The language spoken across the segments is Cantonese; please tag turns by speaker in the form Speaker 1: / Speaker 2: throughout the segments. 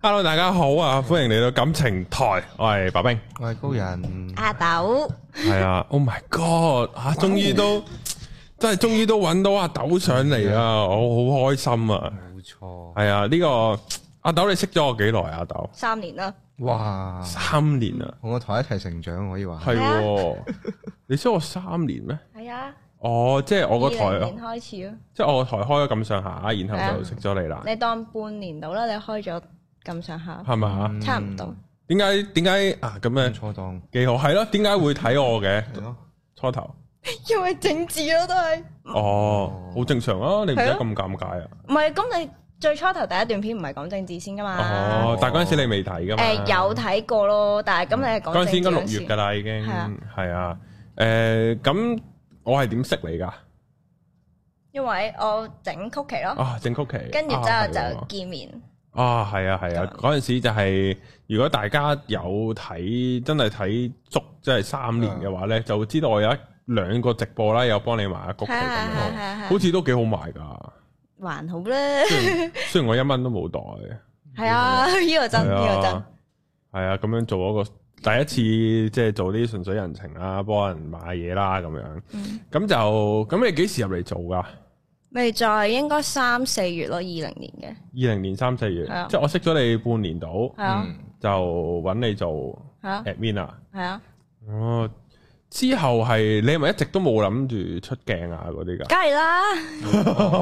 Speaker 1: Hello，大家好啊，歡迎嚟到感情台，我係白冰，
Speaker 2: 我係高人，
Speaker 3: 阿豆，
Speaker 1: 係啊，Oh my God，吓、終於都真係終於都揾到阿豆上嚟啊，我好開心啊，
Speaker 2: 冇錯。
Speaker 1: 係啊，呢、個阿豆你識咗我幾耐啊？阿豆
Speaker 3: 三年啦，
Speaker 2: 哇，
Speaker 1: 三年啊，
Speaker 2: 同我台一齊成長，可以話
Speaker 1: 係啊喎、你識我三年咩？
Speaker 3: 系啊，
Speaker 1: 哦，即係我個
Speaker 3: 二零
Speaker 1: 台
Speaker 3: 年，開始咯，
Speaker 1: 即係我個台開咗咁上下，
Speaker 3: 係
Speaker 1: 然
Speaker 3: 啊
Speaker 1: 後就識咗你啦，
Speaker 3: 你當半年到啦，你開咗咁上下，
Speaker 1: 係咪啊？
Speaker 3: 差唔多，
Speaker 1: 點解點解啊？咁
Speaker 2: 唔
Speaker 1: 樣
Speaker 2: 錯嗯當
Speaker 1: 幾好，係咯？點解會睇我嘅
Speaker 2: 係咯。
Speaker 1: 初頭？
Speaker 3: 因為政治咯都係，
Speaker 1: 哦，好正常啊，你唔使咁尷尬啊。
Speaker 3: 唔係咁你最初頭第一段片唔係講政治先噶嘛，
Speaker 1: 哦，但係嗰陣時你未睇噶嘛？
Speaker 3: 啊誒有睇過咯，但係咁你係
Speaker 1: 嗰
Speaker 3: 講
Speaker 1: 陣時應該六
Speaker 3: 政治
Speaker 1: 月㗎
Speaker 3: 嗰陣時，
Speaker 1: 啦，已經
Speaker 3: 係啊
Speaker 1: 係啊。誒，咁我係點識你㗎？
Speaker 3: 因為我整曲奇咯，
Speaker 1: 啊，正曲奇。
Speaker 3: 跟住之
Speaker 1: 啊係
Speaker 3: 後
Speaker 1: 喎
Speaker 3: 就見面，
Speaker 1: 啊，係啊，係啊，嗰陣時就係如果大家有睇，真係睇足，即係三年
Speaker 3: 嗯
Speaker 1: 嘅話咧，就知道我有一兩個直播啦，有幫你買一曲奇
Speaker 3: 係
Speaker 1: 咁
Speaker 3: 係係
Speaker 1: 樣，
Speaker 3: 係
Speaker 1: 好
Speaker 3: 係，
Speaker 1: 似都幾好賣㗎。
Speaker 3: 還好咧，
Speaker 1: 雖然我一蚊都冇袋。
Speaker 3: 係啊，呢個真
Speaker 1: 係
Speaker 3: 呢個真
Speaker 1: 啊，，係啊，咁樣做一個第一次，即係做啲純粹人情啦，幫人買嘢啦，咁樣。
Speaker 3: 嗯
Speaker 1: 咁就咁，你幾時入嚟做噶？
Speaker 3: 咪再應該三四月咯，二零年嘅，
Speaker 1: 二零年三四月
Speaker 3: 係啊，
Speaker 1: 即係我識咗你半年度，
Speaker 3: 係
Speaker 2: 嗯
Speaker 3: 啊
Speaker 1: 就揾你做
Speaker 3: 係啊
Speaker 1: admin 啦。
Speaker 3: 係啊。
Speaker 1: 哦，之後係你係咪一直都冇諗住出鏡啊嗰啲噶？
Speaker 3: 梗 係啊啦，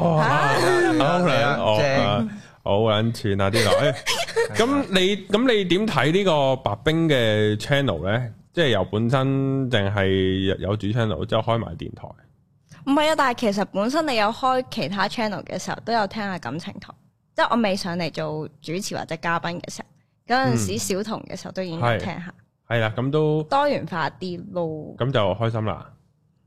Speaker 1: 好撚惡啊
Speaker 2: 正，
Speaker 1: 好撚串啊啲女。 咁你咁你點睇呢個白冰嘅 channel 咧？即係由本身淨係有主 channel，之後開埋電台。
Speaker 3: 唔係啊，但係其實本身你有開其他 channel 嘅時候，都有聽下感情台，即係我未上嚟做主持或者嘉賓嘅時候，嗰陣時小童嘅時候都已經有聽下，
Speaker 1: 嗯係啦，咁都
Speaker 3: 多元化啲咯。
Speaker 1: 咁就開心啦。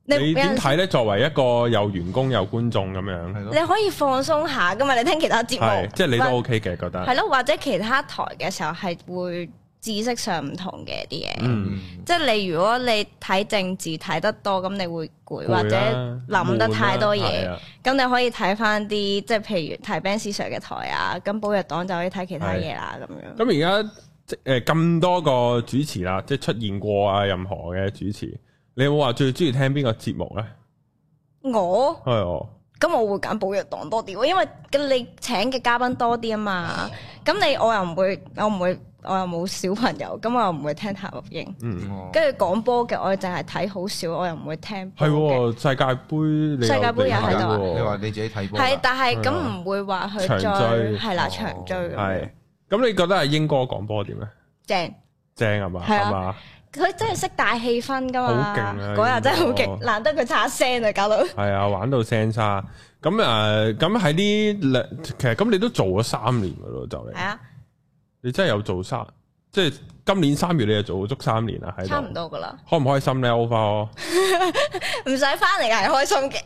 Speaker 1: 你
Speaker 3: 有
Speaker 1: 點
Speaker 3: 陣時
Speaker 1: 睇咧？作為一個有員工有觀眾咁樣，
Speaker 2: 係
Speaker 3: 你
Speaker 2: 咯，
Speaker 3: 可以放鬆下噶嘛？你聽其他節
Speaker 1: 係
Speaker 3: 目，
Speaker 1: 即係你都
Speaker 3: 或
Speaker 1: OK 嘅，覺得
Speaker 3: 係咯，或者其他台嘅時候係會知識上唔同嘅啲嘢。
Speaker 1: 嗯
Speaker 3: 即係你如果你睇政治睇得多，咁你會攰，或者諗得太多嘢。
Speaker 1: 啊
Speaker 3: 咁你可以睇翻啲即係譬如睇 Ben Sir 嘅台啊，咁寶藥黨就可以睇其他嘢啦咁樣。
Speaker 1: 咁而家即誒咁多個主持啦，即係出現過啊任何嘅主持，你有冇話最中意聽邊個節目咧？
Speaker 3: 我
Speaker 1: 係哦，
Speaker 3: 咁我會揀寶藥黨多啲喎，因為你請嘅嘉賓多啲啊嘛。咁你我又唔會，我唔會，我又冇小朋友，咁我又唔會聽譚玉英。
Speaker 1: 嗯，
Speaker 2: 哦
Speaker 3: 跟住講波嘅，我淨係睇好少，我又唔會聽波
Speaker 1: 係
Speaker 3: 嘅。
Speaker 1: 喎，世界盃你
Speaker 3: 世界盃又喺度啊
Speaker 2: 你話
Speaker 1: 度
Speaker 2: 你自己睇波啊，
Speaker 3: 係，但係咁
Speaker 1: 係啊
Speaker 3: 唔會話去
Speaker 1: 長
Speaker 3: 追，
Speaker 1: 追
Speaker 3: 係啦，
Speaker 2: 哦
Speaker 3: 長追咁樣
Speaker 1: 係咁，你覺得係英哥講波點咧？
Speaker 3: 正。
Speaker 1: 正係嘛？
Speaker 3: 係啊
Speaker 1: 係嘛？
Speaker 3: 佢真係識帶氣氛噶嘛
Speaker 1: 好勁啊！
Speaker 3: 嗰日真係好
Speaker 1: 呢個
Speaker 3: 勁，難得佢擦聲啊，搞到。
Speaker 1: 係啊，玩到聲沙咁誒，咁喺呢兩其實咁你都做咗三年噶咯，就嚟
Speaker 3: 係啊，
Speaker 1: 你真係有做三，即係今年三月你就做足三年啦，喺度
Speaker 3: 差唔多噶啦。
Speaker 1: 開唔開心咧？Over
Speaker 3: 唔使翻嚟係開心嘅，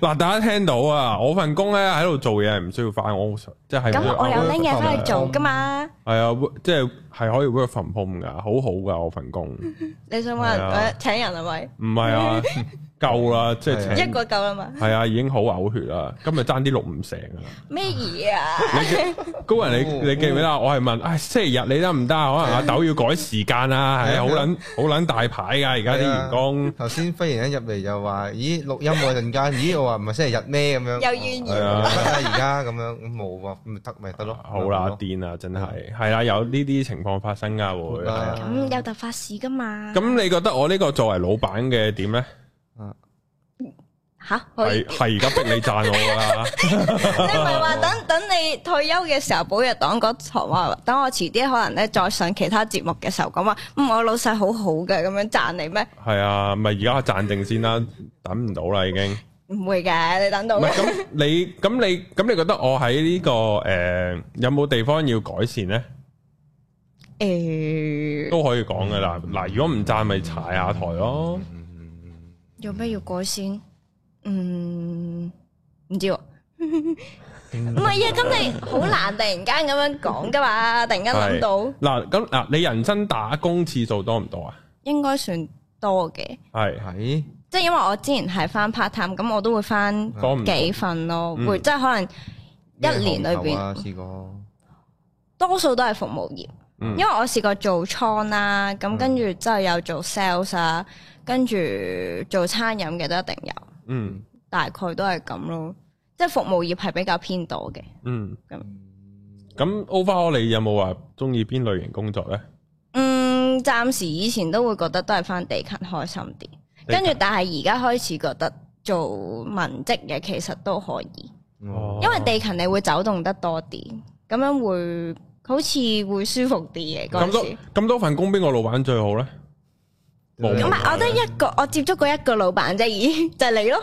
Speaker 1: 嗱，大家聽到啊，我份工咧喺度做嘢係唔需要翻 o 即係
Speaker 3: 咁我有拎嘢翻去做噶嘛？
Speaker 1: 係啊，work- 即係係可以 work from home 噶，好好噶我份工，唔
Speaker 3: 你想揾
Speaker 1: 係
Speaker 3: 人
Speaker 1: 啊
Speaker 3: 呃請人係咪？
Speaker 1: 係 啊，夠啦，即係啊
Speaker 3: 一
Speaker 1: 請
Speaker 3: 個夠啦嘛？
Speaker 1: 係啊，已經好嘔血啦，今日爭啲錄唔成 啊！
Speaker 3: 咩嘢啊？
Speaker 1: 你記高人，你你記唔記得？啊我係問，唉，星期日你得唔得啊？可能阿豆要改時間啦，係啊
Speaker 2: 係
Speaker 1: 嗯
Speaker 2: 啊
Speaker 1: 好撚好撚大牌噶，而家啲員工
Speaker 2: 頭先忽然一入嚟就話，咦錄音喎陣間，咦我話唔係星期日咩咁樣，
Speaker 3: 有怨
Speaker 1: 係啊
Speaker 3: 言，
Speaker 2: 得啦而家咁樣咁冇啊，咁咪得咪得咯，
Speaker 1: 好啦，癲啦，真係係啦，有呢啲情況發生噶會係啊。
Speaker 3: 咁有突發事噶嘛？
Speaker 1: 咁你覺得我呢個作為老闆嘅點咧？
Speaker 3: 吓，可以
Speaker 1: 係係而家逼你讚我噶啦，
Speaker 3: 你唔 係話等等你退休嘅時候，寶藥黨嗰堂話，等我遲啲可能咧再上其他節目嘅時候講話，嗯，我老細好好嘅，咁樣讚你咩？
Speaker 1: 係啊，咪而家讚定先啦，等唔到啦已經。
Speaker 3: 唔會嘅，你等到
Speaker 1: 唔係
Speaker 3: 嘅。
Speaker 1: 咁你咁你咁你覺得我喺呢個誒有冇地方要改善咧？
Speaker 3: 誒，
Speaker 1: 都可以講噶啦。嗱，如果唔讚咪踩下台咯。
Speaker 3: 有咩要改先？嗯，唔知喎。唔係啊，咁你好難突然間咁樣講噶嘛，突然間諗到，
Speaker 1: 嗱，咁嗱，你人生打工次數多唔多啊？
Speaker 3: 應該算多嘅，
Speaker 1: 係
Speaker 2: 係
Speaker 3: 即係因為我之前係翻 part time，咁我都會翻
Speaker 1: 多唔多？
Speaker 3: 幾份咯，
Speaker 1: 嗯
Speaker 3: 會即係可能一年裏
Speaker 2: 咩行頭啊
Speaker 3: 邊
Speaker 2: 啊試過
Speaker 3: 多數都係服務業，
Speaker 1: 嗯
Speaker 3: 因為我試過做倉啦，咁跟住之後又做 sales 啊，跟住做餐飲嘅都一定有，
Speaker 1: 嗯
Speaker 3: 大概都係咁咯。即係服務業係比較偏多嘅。
Speaker 1: 嗯。咁 overall 你有冇話中意邊類型工作咧？
Speaker 3: 嗯，暫時以前都會覺得都係翻地勤開心啲，跟住但係而家開始覺得做文職嘅其實都可以，
Speaker 2: 嗯
Speaker 1: 哦
Speaker 3: 因為地勤你會走動得多啲，咁樣會好似會舒服啲嘅嗰
Speaker 1: 咁
Speaker 3: 陣
Speaker 1: 多
Speaker 3: 時。
Speaker 1: 咁多份工，邊個老闆最好咧？
Speaker 2: 嗯
Speaker 1: 冇
Speaker 3: 唔
Speaker 1: 咁
Speaker 3: 啊係，我得一個，我接觸過一個老闆啫，咦，就係你咯。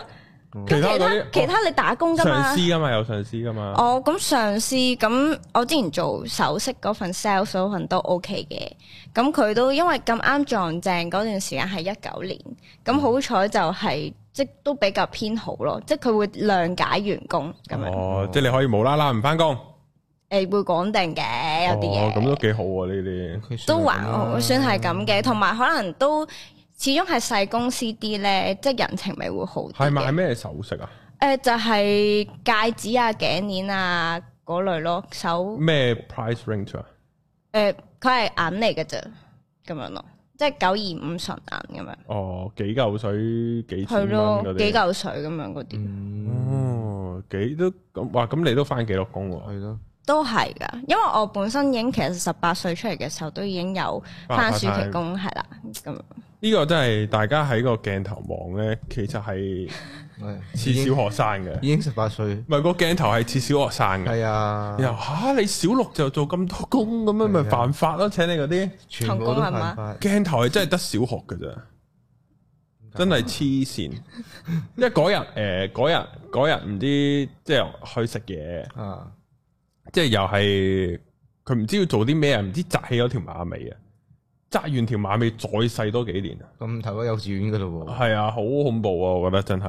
Speaker 1: 其他
Speaker 3: 其
Speaker 1: 嗰
Speaker 3: 他
Speaker 1: 啲哦
Speaker 3: 其他你打工噶
Speaker 1: 上
Speaker 3: 嘛？
Speaker 1: 司噶嘛，有上司噶嘛？
Speaker 3: 哦，咁上司咁，我之前做首飾嗰份 sales 嗰份都 OK 嘅，咁佢都因為咁啱撞正嗰段時間係一九年，咁好彩就係、即都比較偏好咯，即佢會諒解員工咁樣，誒、
Speaker 1: 哦，即係你可以無啦啦唔翻工。
Speaker 3: 會講定嘅有啲嘢。
Speaker 1: 哦，咁都幾好喎呢
Speaker 3: 都還
Speaker 1: 啊
Speaker 3: 好，算係咁嘅，同埋可能都始終係細公司啲咧，即係人情味會好啲
Speaker 1: 啲。係賣
Speaker 3: 嘅。誒、
Speaker 1: 咩首飾啊？
Speaker 3: 就係、戒指啊、頸鏈啊嗰類咯，手
Speaker 1: 咩 price range 啊？
Speaker 3: 誒佢係銀嚟嘅啫，咁樣咯，即係九二五純銀咁樣，
Speaker 1: 哦，幾嚿水幾千
Speaker 3: 係
Speaker 1: 蚊嗰
Speaker 3: 咯，
Speaker 1: 啲。
Speaker 3: 幾
Speaker 1: 嗯
Speaker 3: 嚿水咁樣嗰啲。
Speaker 1: 哦，幾都咁哇！咁你都翻幾多工喎？
Speaker 3: 都係噶，因為我本身已經其實十八歲出嚟嘅時候都已經有翻
Speaker 1: 啊
Speaker 3: 暑期工係啦，咁樣
Speaker 1: 呢個真係大家喺個鏡頭望咧，其實係似小學生嘅，唔係個鏡頭係啊似小學生
Speaker 2: 啊
Speaker 1: 嘅。然後吓你小六就做咁多工咁樣，咪
Speaker 2: 係啊
Speaker 1: 犯法咯？請你嗰啲鏡頭係真係得小學嘅咋，真係黐線。因為嗰日诶，嗰日嗰日唔知即係去食嘢，即係又係佢唔知要做啲咩啊，唔知扎起咗條馬尾啊，扎完條馬尾再細多幾年啊！係啊，好恐怖啊！我覺得真係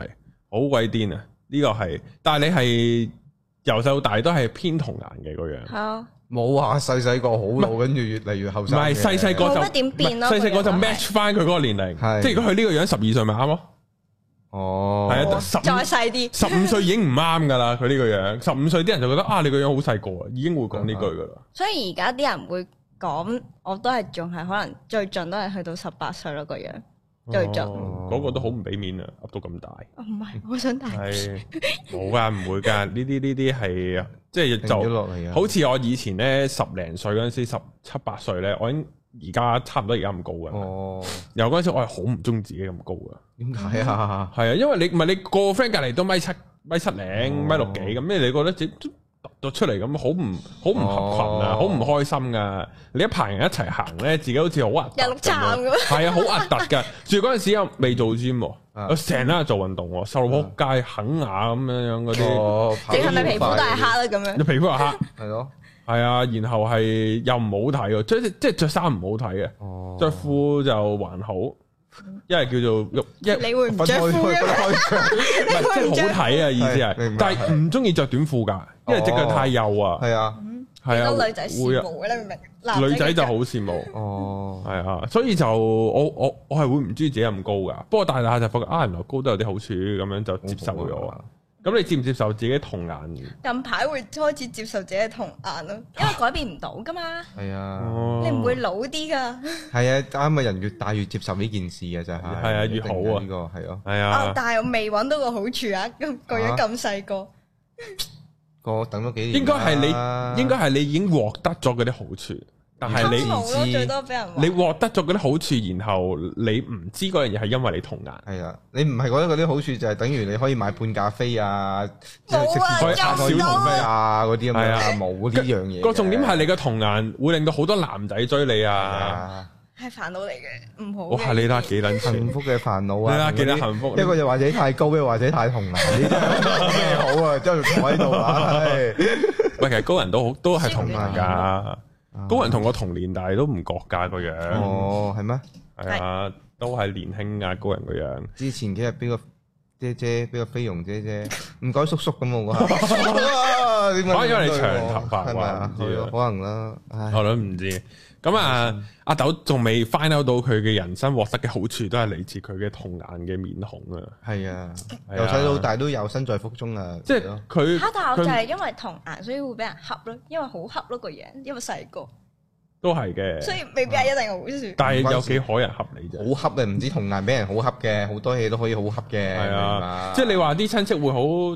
Speaker 1: 好鬼癲啊！呢、個係，但係你係由細到大都係偏童顏嘅嗰樣，
Speaker 3: 係啊，
Speaker 1: 唔係細細個就
Speaker 3: 冇乜點變咯
Speaker 1: 唔係細細個就
Speaker 3: 佢哋話係
Speaker 1: match 翻佢嗰個年齡，
Speaker 2: 係
Speaker 1: 即係如果佢呢個樣十二歲咪啱 咯，係啊，十
Speaker 3: 再
Speaker 1: 五
Speaker 3: 細啲，
Speaker 1: 十五歲已經唔啱㗎啦，佢呢個樣，十五歲啲人就覺得啊，你個樣好細個啊，已經會講呢句㗎 啦，
Speaker 3: 所以而家啲人會講，我都係仲係可能最盡都係去到十八歲咯個樣，對準
Speaker 1: 哦嗰個都好唔俾面啊，噏到咁大。
Speaker 3: 哦唔係，我 想大啲，
Speaker 1: 系冇噶，唔會噶，呢啲呢啲係即係就
Speaker 2: 啊
Speaker 1: 好似我以前咧十零歲嗰阵时，十七八歲咧，我已經而家差唔多而家咁高
Speaker 2: 哦
Speaker 1: 噶。由嗰阵时我係好唔中意自己咁高噶，係啊，因為你唔係你個 friend 隔離都米七、米七
Speaker 2: 哦
Speaker 1: 零、米六幾咁，咩你覺得自己都突咗出嚟咁，好唔好唔合群啊，
Speaker 2: 哦
Speaker 1: 好唔開心噶。你一排人一齊行咧，自己好似好核突
Speaker 3: 日
Speaker 1: 咁
Speaker 3: 六
Speaker 1: 樣，
Speaker 3: 慘咁
Speaker 1: 係啊，好核突噶。仲要嗰阵时又未做 gym，喎
Speaker 2: 啊
Speaker 1: 我成日做運動喎，瘦到仆街，肯牙咁樣樣嗰啲。
Speaker 3: 淨係咪皮膚都係黑啦咁樣
Speaker 1: 你？皮膚又黑，係啊，然後係又唔好睇喎，即係即係着衫唔好睇嘅，
Speaker 2: 哦
Speaker 1: 着褲就還好，
Speaker 2: 嗯
Speaker 1: 一係叫做肉， 一
Speaker 3: 你會唔着啊褲嘅？
Speaker 1: 唔係即係好睇啊意思
Speaker 2: 係
Speaker 1: 係
Speaker 2: 明，白哦
Speaker 1: 但係唔中意着短褲㗎，因為只腳太幼啊，係啊，
Speaker 3: 好多女仔
Speaker 1: 會
Speaker 3: 羨慕嘅，你明唔明？男
Speaker 1: 啊，女仔就好
Speaker 3: 嘅
Speaker 1: 羨慕，係啊，所以就我我我係會唔中意自己咁高㗎，不過大大下就發覺啊，原來高都有啲好處，咁樣就接受咗。啊
Speaker 2: 哦
Speaker 1: 咁你接唔接受自己童顏？
Speaker 3: 近排會開始接受自己嘅童顏咯，因為改變唔到噶嘛，
Speaker 1: 啊
Speaker 2: 啊
Speaker 1: 哦
Speaker 3: 你唔會老啲噶。
Speaker 2: 係啊，啱嘅人越大越接受呢件事嘅就係，
Speaker 1: 係啊越好啊
Speaker 2: 一定嘅呢個係咯，
Speaker 1: 係
Speaker 3: 啊
Speaker 1: 啊，，
Speaker 3: 但係我未揾到個好處啊，咁個樣
Speaker 2: 啊
Speaker 3: 咁細個，
Speaker 2: 個等咗幾
Speaker 1: 應
Speaker 2: 年啦，
Speaker 1: 該係你，應該係你已經獲得咗嗰啲好處，但係
Speaker 3: 貪
Speaker 1: 你
Speaker 2: 唔
Speaker 3: 慕咯，
Speaker 2: 知
Speaker 3: 最多俾人話
Speaker 1: 你獲得咗嗰啲好處，然後你唔知嗰樣嘢係因為你童顏，
Speaker 2: 係啊，你唔係覺得嗰啲好處就係等於你可以買半價飛啊，即係食
Speaker 1: 佢
Speaker 2: 飯
Speaker 1: 呃
Speaker 2: 啊
Speaker 1: 小童咩
Speaker 2: 啊嗰啲咁
Speaker 1: 係
Speaker 2: 樣
Speaker 1: 啊
Speaker 2: 啊，冇呢樣嘢嘅。
Speaker 1: 個重點係你嘅童顏會令到好多男仔追你
Speaker 2: 係
Speaker 1: 啊！
Speaker 2: 啊，
Speaker 3: 係煩惱嚟嘅，唔好嘅。
Speaker 1: 哦哇，你睇下幾撚錢，
Speaker 2: 幸福嘅煩惱
Speaker 1: 你睇
Speaker 2: 啊，
Speaker 1: 下幾
Speaker 2: 嗰
Speaker 1: 撚
Speaker 2: 啲
Speaker 1: 幸福，
Speaker 2: 一個又或者太高，一個或者太紅啊，呢啲 咩好啊？即係坐喺度啊，唉
Speaker 1: 喂，其實高人都好都 係童顏
Speaker 2: 雖
Speaker 1: 㗎，高人同我同年，但係都唔覺㗎個樣，
Speaker 2: 哦，係咩？
Speaker 1: 係啊，都係年輕啊高人個樣。
Speaker 2: 之前 幾日俾個姐姐，俾個菲傭姐姐，唔該叔叔咁喎，我話啊啊？點解
Speaker 1: 可能因為你
Speaker 2: 咁對
Speaker 1: 長
Speaker 2: 我
Speaker 1: 頭髮
Speaker 2: 係咪啊？
Speaker 1: 啩唔知啊
Speaker 2: 係咯可能啦，唉
Speaker 1: 我都唔知。咁啊，阿豆仲未 find out 到佢嘅人生獲得嘅好處，都係嚟自佢嘅童顏嘅面孔啊！
Speaker 2: 係啊，
Speaker 1: 係啊
Speaker 2: 由細到大都有身在福中啊，
Speaker 1: 即係
Speaker 2: 係咯
Speaker 1: 佢
Speaker 3: 嚇！但係我就
Speaker 1: 佢
Speaker 3: 係因為同顏，所以會俾人恰咯，因為好恰咯個樣，因為細個，
Speaker 1: 都係
Speaker 3: 所
Speaker 1: 嘅，
Speaker 3: 以未必係一定係好
Speaker 1: 但係有幾可人恰你啫？
Speaker 2: 好恰啊！唔知同顏俾人好恰嘅，好多嘢都可以好恰嘅，
Speaker 1: 係
Speaker 2: 明
Speaker 1: 啊
Speaker 2: 白，
Speaker 1: 即係你話啲親戚會好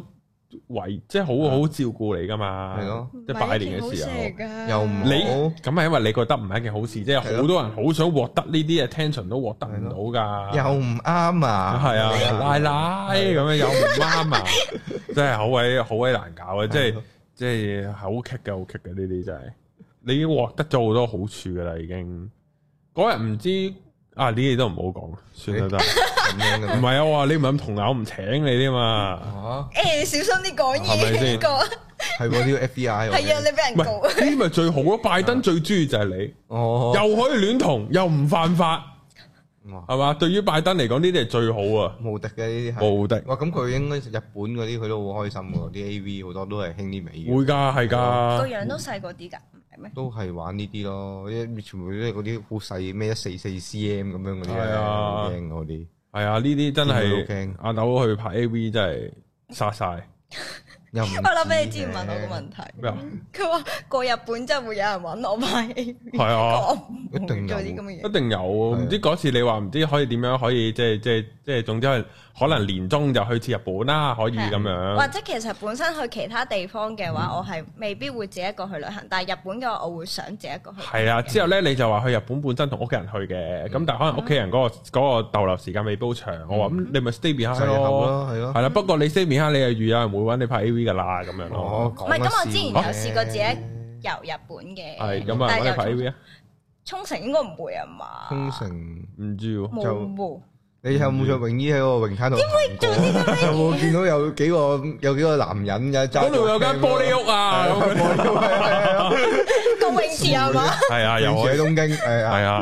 Speaker 1: 為，即係好好照顧你噶嘛？
Speaker 2: 啊係咯，
Speaker 1: 即係拜年嘅時候，
Speaker 3: 候
Speaker 2: 又唔
Speaker 1: 你
Speaker 2: 好
Speaker 1: 咁係因為你覺得唔係一件好事，即係
Speaker 2: 係咯
Speaker 1: 好多人好想獲得呢啲 attention 都獲得唔到㗎。
Speaker 2: 又唔啱啊，
Speaker 1: 係啊，奶奶咁樣又唔啱 啊，真係好鬼好鬼難搞啊！即係即係好棘嘅，好棘嘅呢啲真係，你已經獲得咗好多好處噶啦，已經。嗰日唔知啊，呢啲都唔好講，算啦得啦。
Speaker 2: 咁 樣
Speaker 1: 唔
Speaker 2: 嘅咩
Speaker 1: 係啊，我話你唔係咁同咬，我唔請你啫嘛。
Speaker 2: 啊，
Speaker 3: 誒，你小心啲講
Speaker 1: 係咪
Speaker 3: 嘢
Speaker 1: 先
Speaker 3: 呢個，
Speaker 2: 係喎呢個 FBI 喎
Speaker 3: 係啊，你俾人
Speaker 1: 唔
Speaker 3: 告。
Speaker 1: 係呢咪最好咯，拜登最中意就係你，
Speaker 2: 哦，
Speaker 1: 又可以戀童，又唔犯法，
Speaker 2: 哇
Speaker 1: 係嘛？對於拜登嚟講，呢啲係最好啊，
Speaker 2: 無敵嘅呢啲係。
Speaker 1: 無敵。
Speaker 2: 哇！咁佢應該日本嗰啲佢都好開心喎，啲 A.V. 好多都係興啲美嘅，
Speaker 1: 會㗎，係
Speaker 3: 個
Speaker 1: 㗎，
Speaker 3: 樣都細個啲㗎，唔係咩？
Speaker 2: 都係玩呢啲咯，一全部都係嗰啲好細咩一四四 cm 咁樣嗰啲
Speaker 1: 係
Speaker 2: 咧，
Speaker 1: 啊
Speaker 2: 好驚嗰啲。
Speaker 1: 係啊，呢啲真
Speaker 2: 見
Speaker 1: 係
Speaker 2: 佢
Speaker 1: 阿豆去拍 A.V. 真係殺晒
Speaker 2: 又唔
Speaker 3: 我諗俾你之前問我個問題，
Speaker 1: 咩啊？
Speaker 3: 佢話過日本真係會有人揾我買 A
Speaker 1: 係啊。
Speaker 2: 一定有
Speaker 3: 做啲咁嘅
Speaker 1: 一
Speaker 3: 嘢。
Speaker 1: 定有
Speaker 2: 啊
Speaker 1: 喎，唔知嗰次你話唔知可以點樣可以即係即係即係，總之係可能年中就去次日本啦，可以咁
Speaker 3: 或
Speaker 1: 樣。
Speaker 3: 者其實本身去其他地方嘅話，我係未必會自己一個去旅行，但係日本嘅話，我會想自己一個去。
Speaker 1: 係啦，之後咧你就話去日本本身同屋企人去
Speaker 2: 嗯
Speaker 1: 嘅，咁但係可能屋企人嗰個嗰個逗留時間未煲長，我話咁你咪 stay
Speaker 2: 嗯細
Speaker 1: behind
Speaker 2: 口
Speaker 1: 咯，
Speaker 2: 咯，係咯。
Speaker 1: 係啦。不過你 stay behind，你又預有人會揾你拍 AV 噶啦，咁樣咯。
Speaker 2: 唔
Speaker 3: 唔係咁，我之前有試過自己遊日本嘅，
Speaker 1: 係咁啊，
Speaker 3: 但
Speaker 1: 揾你拍
Speaker 3: 係又
Speaker 1: AV 啊？
Speaker 3: 沖繩應該唔會啊嘛，
Speaker 2: 通城，
Speaker 1: 唔知喎，
Speaker 3: 冇
Speaker 2: 就
Speaker 3: 冇
Speaker 2: 你有冇着泳衣喺個泳灘度行過？有冇見到有幾個有幾個男人有揸
Speaker 1: 嗰
Speaker 2: 住
Speaker 1: 度有
Speaker 2: 個
Speaker 1: 間
Speaker 2: cam
Speaker 1: 玻璃
Speaker 2: 咯
Speaker 1: 屋啊，咁樣
Speaker 3: 個泳池係嘛？
Speaker 1: 係啊，有
Speaker 2: 泳池喺東京，係啊，
Speaker 1: 係啊，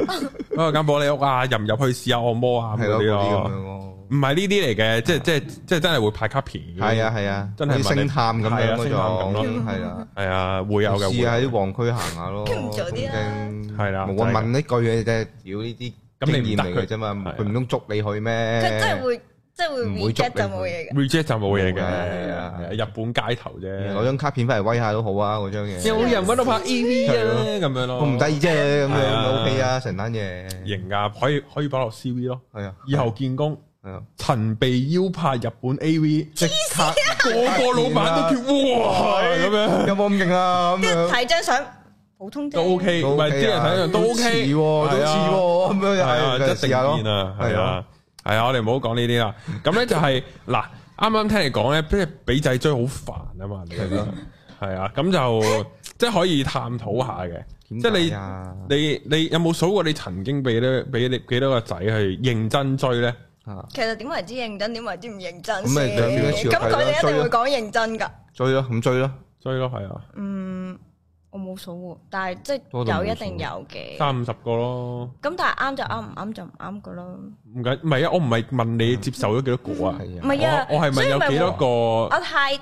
Speaker 1: 嗰個間玻璃屋啊，入唔入去試下按摩啊咁
Speaker 2: 係
Speaker 1: 嗰
Speaker 2: 咯
Speaker 1: 啲
Speaker 2: 嗰啲
Speaker 1: 咯
Speaker 2: 咁。樣咯。
Speaker 1: 唔係呢啲嚟嘅，即係即係即係真係會拍卡片。
Speaker 2: 係啊，係啊，
Speaker 1: 真
Speaker 2: 真
Speaker 1: 係
Speaker 2: 係星探咁
Speaker 1: 係
Speaker 2: 樣
Speaker 1: 啊
Speaker 2: 嗰
Speaker 1: 星探咁咯
Speaker 2: 種，係啊。
Speaker 1: 係啊，會有嘅。
Speaker 2: 試下
Speaker 1: 會
Speaker 2: 喺
Speaker 1: 有
Speaker 2: 啲
Speaker 1: 嘅
Speaker 2: 旺區行下咯，
Speaker 3: 佢唔做啲啊啦
Speaker 2: 東京
Speaker 1: 係啦
Speaker 2: 冇
Speaker 1: 就係
Speaker 2: 我
Speaker 1: 咁
Speaker 2: 問一句嘅啫，屌呢啲
Speaker 1: 咁
Speaker 2: 經
Speaker 1: 你唔
Speaker 2: 驗
Speaker 1: 得
Speaker 2: 嚟嘅啫嘛
Speaker 1: 佢係啊，
Speaker 2: 佢唔通捉你去咩？
Speaker 3: 佢真係會即係會
Speaker 2: 唔會捉
Speaker 3: reject
Speaker 2: 你
Speaker 3: 就冇嘢嘅。
Speaker 1: reject 就冇嘢嘅，
Speaker 2: 冇嘅係啊
Speaker 1: 係啊日本街頭
Speaker 2: 攞
Speaker 1: 啫。
Speaker 2: 張卡片翻嚟威下都好啊，嗰張嘢。
Speaker 1: 有人揾我拍 A V
Speaker 2: 係
Speaker 1: 啊，
Speaker 2: 咯
Speaker 1: 咁樣咯。
Speaker 2: 我唔抵啫，咁
Speaker 1: 係啊
Speaker 2: 樣 OK 啊，成單嘢。係
Speaker 1: 型噶，可以可以擺落 C V 咯。
Speaker 2: 啊，
Speaker 1: 以後見工，
Speaker 2: 係啊，
Speaker 1: 曾被邀拍日本 A V，
Speaker 2: 即刻
Speaker 1: 個個老闆都叫哇咁樣，
Speaker 2: 有冇咁勁啊？咁
Speaker 3: 跟住
Speaker 2: 樣
Speaker 3: 睇張相普通啫，
Speaker 1: 都 OK，唔
Speaker 2: 都
Speaker 1: 係
Speaker 2: OK 啊
Speaker 1: 啲人睇上都
Speaker 2: 似
Speaker 1: OK，
Speaker 2: 喎，都
Speaker 1: 係啊
Speaker 2: 似喎，咁樣
Speaker 1: 係
Speaker 2: 又
Speaker 1: 啊，
Speaker 2: 係
Speaker 1: 一定
Speaker 2: 就試下咯
Speaker 1: 見啊，係
Speaker 2: 係
Speaker 1: 啊
Speaker 2: 啊，
Speaker 1: 係啊，我哋唔好講呢啲啦。咁咧就係嗱，啱啱聽你講咧，即係俾仔追好煩啊嘛，你
Speaker 2: 係咯，
Speaker 1: 係啊，咁就即係可以探討下嘅。即係
Speaker 2: 點解啊
Speaker 1: 你你你有冇數過你曾經俾咧俾你幾多個仔去認真追咧？
Speaker 2: 啊
Speaker 3: 其實點為之認真，點為之唔認真
Speaker 2: 咁咪
Speaker 3: 先
Speaker 2: 兩邊一次
Speaker 3: 咁
Speaker 2: 就睇啦
Speaker 3: 佢哋一
Speaker 2: 追
Speaker 3: 定
Speaker 2: 啦
Speaker 3: 會講認真㗎。
Speaker 2: 追咯，咁追咯，
Speaker 1: 追咯，係啊，
Speaker 3: 嗯，我冇數喎，但係即
Speaker 2: 多到
Speaker 3: 係
Speaker 2: 冇
Speaker 3: 有一
Speaker 2: 數
Speaker 3: 定有嘅。咁
Speaker 1: 三五十個咯，
Speaker 3: 但係啱就啱，唔啱就唔啱噶咯。
Speaker 1: 唔緊唔係啊，我唔係問你接受咗幾多個啊，
Speaker 2: 係
Speaker 3: 唔
Speaker 2: 啊，
Speaker 3: 係啊，
Speaker 1: 我我係
Speaker 3: 所
Speaker 1: 問
Speaker 3: 以
Speaker 1: 有
Speaker 3: 咪
Speaker 1: 幾多
Speaker 3: 我
Speaker 1: 個
Speaker 3: 我太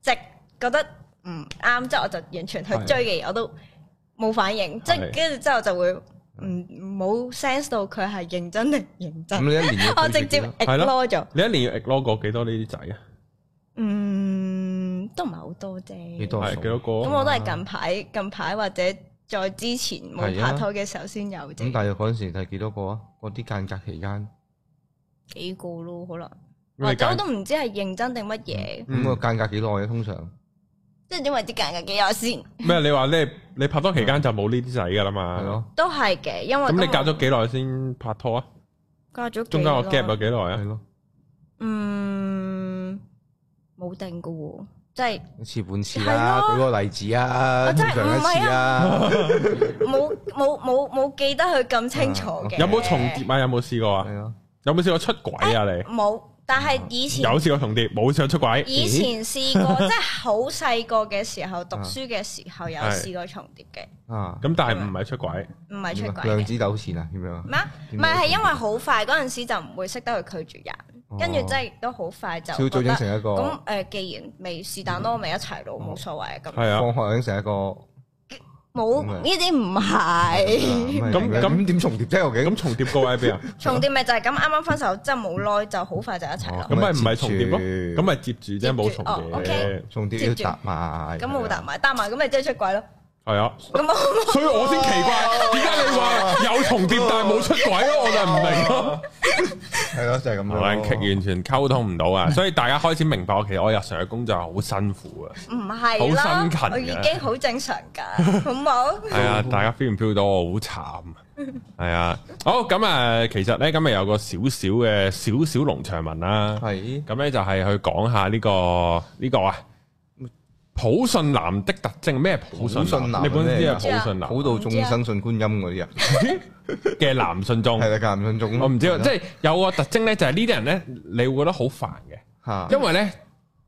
Speaker 3: 直覺得唔啱，之後我就完全去追嘅嘢我都冇反應，即係
Speaker 1: 係
Speaker 3: 跟住之後就會唔冇 sense 到佢係認真定唔認
Speaker 2: 咁
Speaker 3: 真，
Speaker 2: 你一年要
Speaker 3: 我
Speaker 2: 對
Speaker 3: 直
Speaker 2: 住幾
Speaker 3: 接
Speaker 2: 多
Speaker 3: ignore 咗。
Speaker 1: 你一年要 ignore 過幾多呢啲仔啊？
Speaker 3: 嗯，都唔係好多啫。
Speaker 2: 幾多
Speaker 1: 係
Speaker 2: 數
Speaker 1: 幾多個
Speaker 3: 咁
Speaker 1: 啊？
Speaker 3: 我都係近排近排或者再之前冇
Speaker 2: 係啊
Speaker 3: 拍拖嘅時候先有
Speaker 2: 咁
Speaker 3: 啫，
Speaker 2: 大約嗰陣時係幾多個啊？嗰啲間隔期間，
Speaker 3: 幾個咯可能。
Speaker 1: 咁
Speaker 3: 或
Speaker 1: 你
Speaker 3: 者我
Speaker 1: 間
Speaker 3: 都唔知係認真定乜嘢，
Speaker 1: 嗯
Speaker 2: 咁個間隔幾耐啊？通常
Speaker 3: 即係點為之間嘅幾耐先，
Speaker 1: 咩？你話咧，你拍拖期間就冇呢啲仔噶啦嘛？
Speaker 2: 係。咯，
Speaker 3: 都係嘅，因
Speaker 1: 咁
Speaker 3: 為
Speaker 1: 你
Speaker 3: 都
Speaker 1: 隔咗幾耐先拍拖啊？
Speaker 3: 隔咗幾
Speaker 1: 中間個 gap 有
Speaker 3: 耐
Speaker 1: 幾耐
Speaker 2: 係
Speaker 1: 啊？
Speaker 2: 咯，
Speaker 3: 嗯，冇定噶喎，即 係
Speaker 2: 一次半次
Speaker 3: 係
Speaker 2: 啦。
Speaker 3: 咯
Speaker 2: 舉個例子啊，
Speaker 3: 我
Speaker 2: 通
Speaker 3: 真係啊
Speaker 2: 常一次啊啦。
Speaker 3: 冇冇冇冇記得佢咁清楚嘅。
Speaker 1: 有冇重疊啊？有冇試過啊？
Speaker 2: 係咯，
Speaker 1: 有冇試過出軌啊？你
Speaker 3: 冇，但係以前
Speaker 1: 有試過重疊，冇試過出軌。
Speaker 3: 以前試過， 即係好細個嘅時候讀書嘅時候有
Speaker 1: 啊係
Speaker 3: 試過重疊嘅，
Speaker 2: 啊，
Speaker 1: 咁但係唔係出軌，
Speaker 3: 唔係出軌
Speaker 2: 量
Speaker 3: 嘅。
Speaker 2: 子糾纏啊，點樣啊？
Speaker 3: 咩啊？唔係係因為好快嗰陣時就唔會識得去拒絕人，
Speaker 1: 哦
Speaker 3: 跟
Speaker 2: 哦
Speaker 3: 住真係都好快就
Speaker 2: 小組
Speaker 3: 覺得
Speaker 2: 整成一個
Speaker 3: 咁誒，既然未是但咯，咪一齊咯，冇所謂啊咁。
Speaker 1: 係啊
Speaker 2: 放學已經成一個啊
Speaker 3: 冇
Speaker 2: 咁啊
Speaker 3: 呢啲唔
Speaker 2: 咁
Speaker 3: 係
Speaker 1: 咁
Speaker 2: 咁點重疊啫？究
Speaker 1: 咁
Speaker 2: 竟
Speaker 1: 重疊個位喺邊啊？
Speaker 3: 重點咪就係咁，啱啱分手真係冇耐就好快就一齊
Speaker 2: 哦
Speaker 3: 咯
Speaker 1: 咁。咪唔係重疊咯，
Speaker 2: 接
Speaker 1: 咁
Speaker 2: 住
Speaker 1: 咪接住啫，冇重
Speaker 3: 哦
Speaker 1: 疊
Speaker 3: ，OK，
Speaker 2: 重疊要搭埋，
Speaker 3: 咁冇搭埋，搭埋咁咪即係出軌 咯。
Speaker 1: 係啊，
Speaker 3: 咁我
Speaker 1: 所以我先奇怪，點解你話有重疊但係冇出軌啊咯？我就唔明咯。
Speaker 2: 係咯，就係咁樣。
Speaker 1: 冷劇完全溝通唔到啊，所以大家開始明白，其實我日常嘅工作係好辛苦啊。
Speaker 3: 唔係
Speaker 1: 好
Speaker 3: 啦
Speaker 1: 辛勤，嘅
Speaker 3: 我已經好正常 㗎，好冇？
Speaker 1: 係啊，大家 feel 唔 feel 到我好慘？係啊，好咁啊，其實咧今日有個少少嘅少少農場文啦，
Speaker 2: 係
Speaker 1: 咁咧就係去講下呢個呢個啊普信男的特徵咩？普
Speaker 2: 普信
Speaker 1: 信
Speaker 2: 男
Speaker 1: 男，你本身知係
Speaker 2: 咩
Speaker 1: 普信男
Speaker 2: 普度眾生信觀音嗰啲人，啊
Speaker 1: 嘅男信眾
Speaker 2: 係。啦，間唔信眾。
Speaker 1: 我唔知啊，即
Speaker 2: 係
Speaker 1: 係有個特徵咧，就係呢啲人咧，你會覺得好煩嘅，
Speaker 2: 嚇
Speaker 1: 因為咧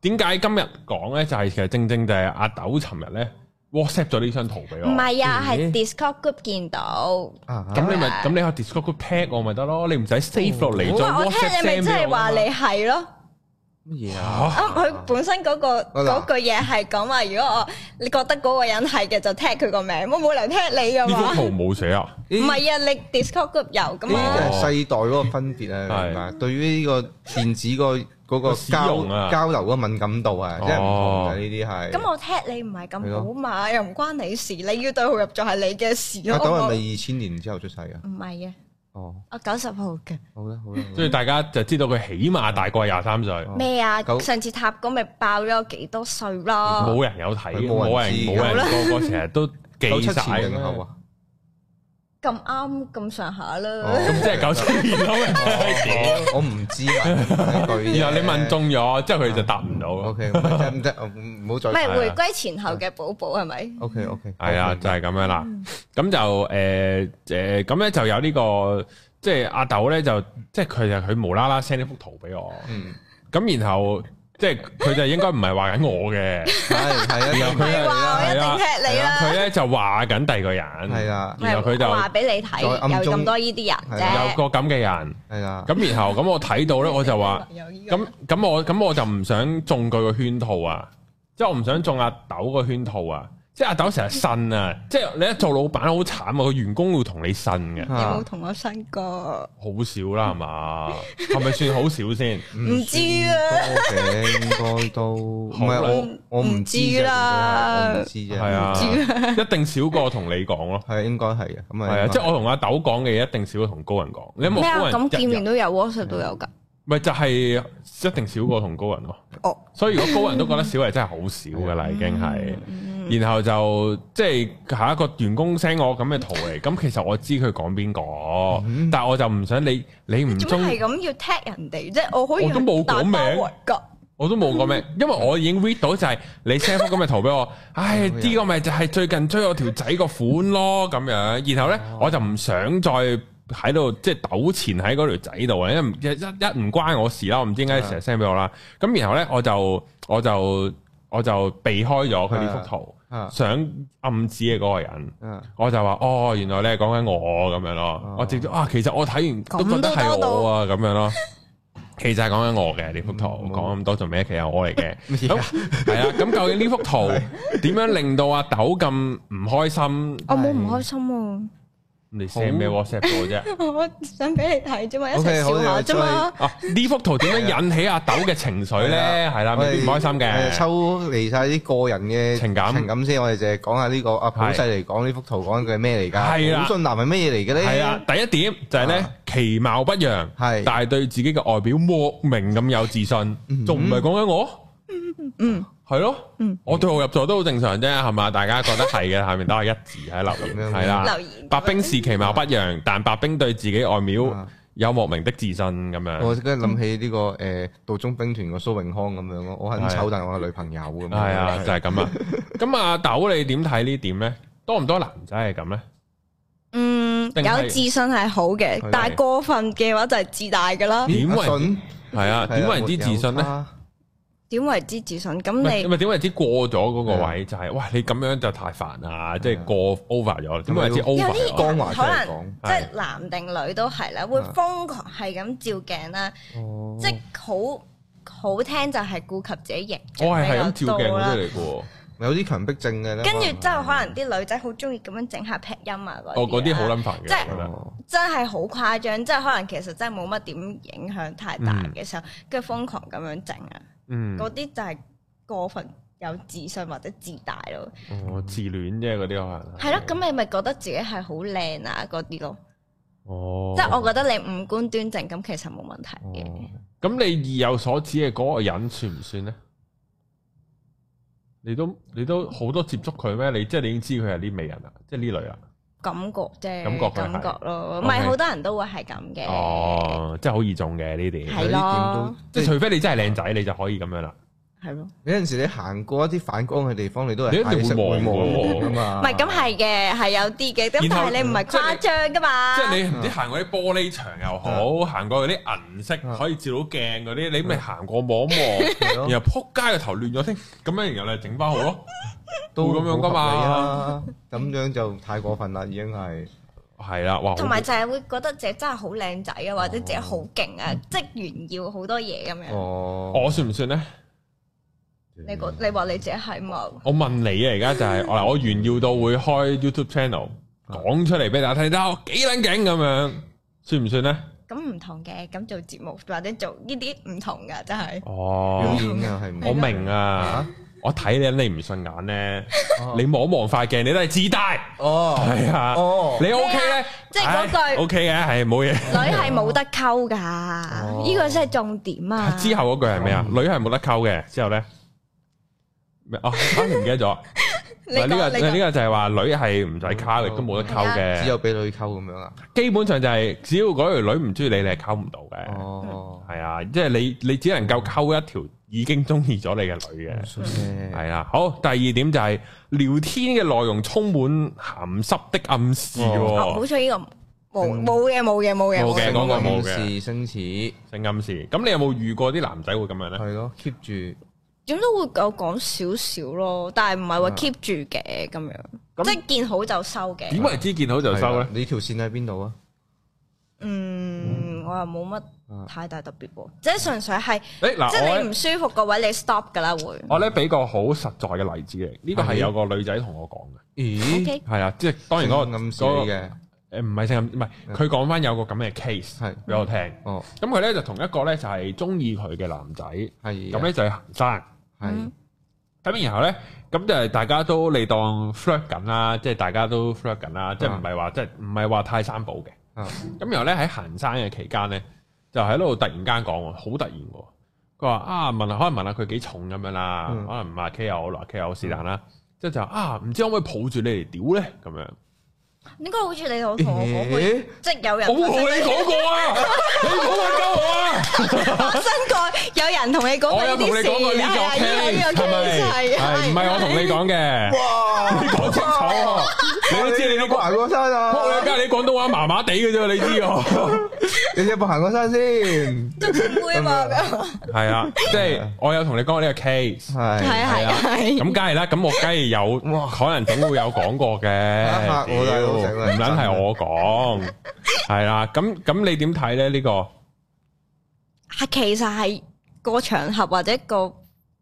Speaker 1: 點解今日講咧，就係其實正正就係阿豆尋日咧 WhatsApp 咗呢張圖俾我，
Speaker 3: 唔係啊，係
Speaker 2: 咦
Speaker 3: Discord group 見到。
Speaker 2: 啊
Speaker 1: 咁你咪咁你喺 Discord group tag 我咪得咯，你唔使 save 落嚟再
Speaker 3: 哇！我聽
Speaker 1: WhatsApp
Speaker 3: 你咪
Speaker 1: send
Speaker 3: 即
Speaker 1: 俾
Speaker 3: 係
Speaker 1: 我啊
Speaker 3: 話
Speaker 1: 嘛。
Speaker 3: 你係咯。
Speaker 2: 乜嘢啊？
Speaker 1: 嚇
Speaker 3: 啊！佢本身嗰、個嗰句嘢係講話，如果我你覺得嗰個人係嘅，就踢佢個名，我冇理由踢你噶
Speaker 1: 呢幅
Speaker 3: 嘛。
Speaker 1: 圖冇寫啊，
Speaker 3: 唔係啊，你 Discord group 有噶
Speaker 2: 呢啲就
Speaker 3: 啊嘛？
Speaker 2: 係世代嗰個分別啊，
Speaker 1: 係
Speaker 2: 明白？對於呢個電子嗰個嗰個
Speaker 1: 使用啊哦
Speaker 2: 交交流嗰個敏感度啊，即係唔同嘅呢啲係。啊
Speaker 3: 咁我踢你唔係咁好嘛，又唔關你事，你要對號入座係你嘅事
Speaker 2: 阿
Speaker 3: 咯。
Speaker 2: 豆係
Speaker 3: 我
Speaker 2: 咪二千年之後出世嘅？
Speaker 3: 唔係啊，
Speaker 2: 哦，
Speaker 3: 我九十號嘅
Speaker 2: 好啦好啦，
Speaker 1: 所以大家就知道佢起碼大概廿三歲，
Speaker 2: 哦
Speaker 3: 咩啊？
Speaker 2: 九
Speaker 3: 上次塔哥咪爆咗我幾多歲咯？
Speaker 1: 冇人有睇，
Speaker 2: 佢
Speaker 1: 冇
Speaker 2: 冇
Speaker 1: 人
Speaker 2: 人知啊
Speaker 1: 冇人個個成日都記
Speaker 2: 九七
Speaker 1: 晒
Speaker 2: 前定後啊？
Speaker 3: 咁啱咁上下啦。
Speaker 1: 咁
Speaker 2: 哦
Speaker 1: 即係九七年咯。
Speaker 2: 我唔知啊，呢句
Speaker 1: 然後哦 你問中咗，之後佢就答唔到。
Speaker 2: ，O K，唔得唔得，唔好再
Speaker 3: 唔係回歸前後嘅寶寶係咪？
Speaker 2: O K O K，
Speaker 1: 係啊，就係咁樣啦。
Speaker 2: 嗯
Speaker 1: 咁就誒誒，咁咧就有呢個，即係阿豆咧就，即係佢就佢無啦啦 send 呢幅圖俾我，
Speaker 2: 嗯，
Speaker 1: 咁然後即係佢就應該唔係話緊我嘅，
Speaker 2: 係係啊，
Speaker 1: 佢
Speaker 3: 係話我一定踢你啦。
Speaker 1: 佢咧就話緊第二個人，
Speaker 2: 係啊，
Speaker 1: 然後佢就
Speaker 3: 我話俾你睇，
Speaker 2: 再暗
Speaker 3: 有
Speaker 2: 中
Speaker 3: 咁多呢啲人
Speaker 2: 係啊
Speaker 3: 啫
Speaker 1: 有。個咁嘅人，
Speaker 2: 係啦，
Speaker 1: 咁然後咁我睇到咧，我就話。
Speaker 3: 咁
Speaker 1: 咁咁我咁我就唔想中佢個圈套啊，即係我唔想中阿豆個圈套啊，即係阿豆成日呻啊，即係你一做老闆好慘啊，個員工會同你呻嘅，
Speaker 3: 有冇
Speaker 2: 啊
Speaker 3: 同我新過？
Speaker 1: 好少啦係嘛，係咪算好少 先？
Speaker 3: 唔知啊，
Speaker 2: 多嘅應該都唔係我我唔知啫，我唔知啫，
Speaker 1: 係啊，一定少過同你講咯，
Speaker 2: 係應該 係嘅，咁啊
Speaker 1: 係啊，即係我同阿豆講嘅嘢一定少過同高人講，你有冇
Speaker 3: 咩啊？
Speaker 1: 高
Speaker 3: 咁見
Speaker 1: 人一
Speaker 3: 面
Speaker 1: 日？
Speaker 3: 都有，WhatsApp 都有㗎。
Speaker 1: 咪就係一定少過同高人咯。
Speaker 3: 哦，
Speaker 1: 所以如果高人都覺得少係真係好少噶啦，已經係。
Speaker 3: 嗯
Speaker 1: 然後就即係下一個員工 send 我咁嘅圖嚟，咁其實我知佢講邊個，但係我就唔想你你唔
Speaker 3: 嗯做
Speaker 1: 中，
Speaker 3: 咩係咁要 tag 人哋啫？我可以
Speaker 1: 我都冇講名
Speaker 3: 大包圍㗎。
Speaker 1: 我都冇講 咩，因為我已經 read 到就係你 send 幅咁嘅圖俾 我，唉，呢個咪就係最近追我條仔個款咯咁樣，然後呢，我就唔想再喺度即係糾纏喺嗰條仔度啊，因為唔一一唔關我事啦，我唔知點解成日 send 俾我啦，咁然後呢，我就我就我就避開咗佢呢幅圖，
Speaker 2: 啊
Speaker 1: 想暗指嘅嗰個人。
Speaker 2: 啊
Speaker 1: 我就話哦，原來咧講緊我咁樣咯，我直接啊，其實我睇完都覺得係我啊咁樣咯。其實係講緊我嘅呢幅圖，
Speaker 2: 嗯
Speaker 1: 講咁多做咩？其實係我嚟 嘅，
Speaker 2: 乜嘢啊
Speaker 1: 咁係啦。咁究竟呢幅 圖點樣令到阿豆咁唔開心？
Speaker 3: 我冇唔開心
Speaker 1: 你 send 咩
Speaker 2: 好
Speaker 1: WhatsApp 俾我啫？
Speaker 3: 啊！我想俾你睇啫嘛，一
Speaker 2: OK，
Speaker 3: 齊
Speaker 2: 好
Speaker 3: 笑下啫嘛。
Speaker 1: 啊，呢幅圖點樣引起阿豆嘅情緒咧？係啦，啊
Speaker 2: 我
Speaker 1: 未
Speaker 2: 哋
Speaker 1: 必唔開心
Speaker 2: 我哋
Speaker 1: 嘅。
Speaker 2: 抽離晒啲個人嘅
Speaker 1: 情感
Speaker 2: 情感先，我哋就係講下呢個阿普
Speaker 1: 係
Speaker 2: 世嚟講呢幅圖講緊佢係咩嚟㗎？
Speaker 1: 係啦
Speaker 2: 普信男係乜嘢嚟嘅咧？
Speaker 1: 係啊，第一點就係咧
Speaker 2: 啊
Speaker 1: 其貌不揚，
Speaker 2: 係嗯
Speaker 1: 但係對自己嘅外表莫名咁有自信，仲唔係講緊我？
Speaker 3: 嗯，
Speaker 1: 係咯，我對號入座都好正常啫，係嘛？大家覺得係嘅，下面都係一字喺留
Speaker 2: 咁
Speaker 1: 言，
Speaker 2: 樣
Speaker 1: 係啦
Speaker 3: 留。言。
Speaker 1: 白冰是其貌不揚，但白冰對自己外表
Speaker 2: 啊
Speaker 1: 有莫名的自信咁樣，
Speaker 2: 我即刻諗起呢個誒道中兵團個蘇永康咁樣咯，我很醜，但係我係女朋友咁樣。
Speaker 1: 係啊，就係咁啊。咁阿豆你點睇呢點呢？多唔多男仔係咁呢？
Speaker 3: 嗯，
Speaker 1: 定係
Speaker 3: 有自信係好嘅
Speaker 2: 係，
Speaker 3: 但係過分嘅話就係自大㗎啦。
Speaker 1: 點為
Speaker 2: 阿信
Speaker 1: 係啊？
Speaker 2: 係啊
Speaker 1: 點為之自信呢？
Speaker 2: 沒有他
Speaker 3: 點為之自信？咁
Speaker 1: 唔係
Speaker 3: 你
Speaker 1: 唔係點為之過咗嗰
Speaker 2: 啊
Speaker 1: 個位就係哇你咁樣就太煩啦，即係過 over 咗啦，點為之
Speaker 2: 有
Speaker 1: over
Speaker 3: 啲
Speaker 1: 咗？
Speaker 2: 光華出嚟
Speaker 3: 可
Speaker 2: 講，
Speaker 3: 即係男定女都係啦，會瘋狂係咁照鏡啦，
Speaker 1: 啊哦
Speaker 3: 即係好好聽就係顧及自己形
Speaker 1: 我係係
Speaker 3: 象
Speaker 1: 咁照
Speaker 3: 比較
Speaker 1: 鏡
Speaker 3: 多
Speaker 1: 嗰
Speaker 3: 啦
Speaker 1: 啲。嚟嘅喎，
Speaker 2: 有啲強迫症嘅咧。
Speaker 3: 跟住之後，可能啲女仔好中意咁樣整下劈音啊嗰啲啊。
Speaker 1: 哦嗰啲好撚煩
Speaker 3: 即
Speaker 1: 嘅，
Speaker 3: 係
Speaker 1: 我覺得。
Speaker 2: 哦
Speaker 3: 真係好誇張，即係可能其實真係冇乜點影響太大嘅時候，跟住、瘋狂咁樣整啊，
Speaker 1: 嗯，
Speaker 3: 嗰啲、就係過分有自信或者自大咯。
Speaker 1: 哦自戀啫嗰啲可能。
Speaker 3: 係咯、咁你咪覺得自己係好靚啊嗰啲咯，
Speaker 1: 哦，
Speaker 3: 即係我覺得你五官端正，咁其實冇問題嘅。
Speaker 2: 哦
Speaker 1: 咁你意有所指嘅嗰個人算唔算呢？你都你都好多接觸佢咩？你即係你已經知佢係呢味人啦，即係呢類啦。啊
Speaker 3: 感覺啫，
Speaker 1: 感覺佢係
Speaker 3: 感覺咯，
Speaker 1: OK
Speaker 3: 唔係好多人都會係咁嘅。
Speaker 1: 哦，即係好易中嘅呢啲，
Speaker 3: 係咯
Speaker 1: 即
Speaker 2: 有啲點都
Speaker 1: 係除非你真係靚仔，你就可以咁樣啦。
Speaker 3: 係咯，
Speaker 2: 有陣時你行過一啲反光嘅地方，你都係
Speaker 1: 你一定會
Speaker 2: 下意識
Speaker 1: 望喎
Speaker 2: 㗎嘛。
Speaker 3: 唔係咁係嘅，係有啲嘅，咁
Speaker 1: 啊然
Speaker 3: 但
Speaker 1: 後嗯
Speaker 3: 係你唔係
Speaker 1: 即係
Speaker 3: 誇張噶嘛。
Speaker 1: 即係你唔知行過啲玻璃牆又好，
Speaker 3: 嗯
Speaker 1: 行過嗰啲銀色
Speaker 2: 嗯
Speaker 1: 可以照到鏡嗰啲，你咪行過望一望，
Speaker 2: 係咯
Speaker 1: 然後撲街個頭亂咗添，咁樣然後你整翻好咯。
Speaker 2: 都
Speaker 1: 會咁樣㗎嘛
Speaker 2: 好合理啊。咁樣就太過分啦，已經係。
Speaker 1: 係啦，哇！
Speaker 3: 同埋
Speaker 1: 好
Speaker 3: 就係會覺得自己真係好靚仔啊，或者自己好勁
Speaker 1: 哦
Speaker 3: 啊，即係炫耀好多嘢咁樣。
Speaker 2: 哦，
Speaker 1: 我算唔算呢？
Speaker 3: 你覺你話你自己係嘛？
Speaker 1: 我問你啊，而家就係、 我嗱，我炫耀到會開 YouTube channel 講出嚟俾大家睇，睇我幾撚勁咁樣，算唔算呢？
Speaker 3: 咁唔同嘅，咁做節目或者做呢啲唔同噶，真係。
Speaker 2: 表
Speaker 1: 哦，
Speaker 2: 演啊，係唔
Speaker 1: 我明啊，我睇你你唔順眼 呢，
Speaker 3: 哦
Speaker 1: 你望一望塊鏡，你都係自大，
Speaker 2: 哦
Speaker 1: 係啊，
Speaker 2: 哦，
Speaker 1: 你 OK
Speaker 3: 咩
Speaker 1: 呢？
Speaker 3: 啊即係嗰句
Speaker 1: OK 嘅，係冇嘢。
Speaker 3: 女係冇得溝噶，
Speaker 2: 哦
Speaker 3: 呢個先係重點啊！
Speaker 1: 之後嗰句係咩啊？女係冇得溝嘅，之後呢？咩啊？啊唔記得咗。
Speaker 3: 你
Speaker 1: 嗱呢個
Speaker 3: 講你啊
Speaker 1: 呢
Speaker 3: 講
Speaker 1: 個就係話女係唔使溝，亦都冇得溝嘅。
Speaker 2: 只有俾女溝咁樣啊。
Speaker 1: 基本上就係只要嗰條女唔中意你，你係溝唔到嘅。
Speaker 2: 哦，
Speaker 1: 係啊，即係你你只能夠溝一條已經中意咗你嘅女嘅。
Speaker 2: 係
Speaker 1: 係啦，好。第二點就係聊天嘅內容充滿鹹濕的暗示
Speaker 3: 哦好
Speaker 1: 喎，
Speaker 3: 彩呢個冇冇嘅冇嘅冇嘅
Speaker 1: 冇嘅講過冇嘅
Speaker 2: 事星矢係
Speaker 1: 性暗示。咁你有冇遇過啲男仔會咁樣呢？
Speaker 2: 咯，keep 住
Speaker 3: 點都會有講少少咯，但係唔係話
Speaker 2: 嗯
Speaker 3: keep 住嘅咁樣，
Speaker 1: 咁
Speaker 3: 即係見好就收嘅
Speaker 1: 點。為之見好就收
Speaker 2: 係
Speaker 1: 呢
Speaker 2: 啦？你條線喺邊度啊？
Speaker 3: 嗯，我又冇乜
Speaker 2: 嗯
Speaker 3: 太大特別喎，即係純粹
Speaker 1: 誒
Speaker 3: 係。即係
Speaker 1: 嗱，
Speaker 3: 你唔
Speaker 1: 我
Speaker 3: 舒服個位，你 stop 噶啦會。
Speaker 1: 我咧俾個好實在嘅例子嚟，呢個係
Speaker 2: 係
Speaker 1: 有個女仔同我講嘅，
Speaker 2: 咦，
Speaker 3: OK，
Speaker 1: 係啊，即係當然嗰個
Speaker 2: 暗示
Speaker 1: 嗰個
Speaker 2: 嘅
Speaker 1: 誒唔係性暗，唔係佢講翻有個咁嘅 case
Speaker 2: 係
Speaker 1: 俾我聽，
Speaker 2: 哦，
Speaker 1: 咁佢咧就同一個咧就係中意佢嘅男仔，咁
Speaker 2: 係
Speaker 1: 咧就去行山，
Speaker 2: 係
Speaker 1: 咁然後咧咁就係大家都你當 flirt 緊啦，即係大家都 flirt 緊啦，即係唔係話即係唔係話太三寶嘅，
Speaker 2: 啊
Speaker 1: 咁然後咧喺行山嘅期間咧就喺度突然間講喎，好突然喎，佢話啊問下可能問下佢幾重咁樣啦，
Speaker 2: 嗯
Speaker 1: 可能五啊 K 又好六啊 K 又好是但啦，即係就話啊唔知可唔可以抱住你嚟屌咧咁 樣。
Speaker 3: 應該好似你同我講過，
Speaker 2: 咦
Speaker 3: 即係有人
Speaker 1: 我冇同你講過啊！你唔好去鳩我啊！
Speaker 3: 發生過，有人同你講
Speaker 1: 我
Speaker 3: 過
Speaker 1: 有同
Speaker 3: 呢
Speaker 1: 你
Speaker 3: 啲事，
Speaker 1: 講過呢
Speaker 3: 係啊呢
Speaker 1: 個
Speaker 3: 個
Speaker 1: case，
Speaker 3: case
Speaker 1: 係唔係我同你講嘅？
Speaker 2: 哇，
Speaker 1: 你講清楚，你都知你都
Speaker 2: 行過山
Speaker 1: 仆
Speaker 2: 啊
Speaker 1: 你！街，你廣東話麻麻地嘅啫，你知我。
Speaker 2: 你有冇行過山先？
Speaker 3: 姊妹啊嘛，
Speaker 1: 係啊，即係我有同你講過呢個 case，
Speaker 3: 係
Speaker 2: 係
Speaker 3: 啊係啊
Speaker 1: 咁
Speaker 3: 係。
Speaker 1: 梗係啦，咁我梗係有，
Speaker 2: 哇啊
Speaker 1: 可能總會有講過嘅。
Speaker 2: 嚇我
Speaker 1: 屌
Speaker 2: 啦老成啊
Speaker 1: 唔撚係我講，係啦。咁咁你點睇咧？呢個
Speaker 3: 係其實係個場合或者個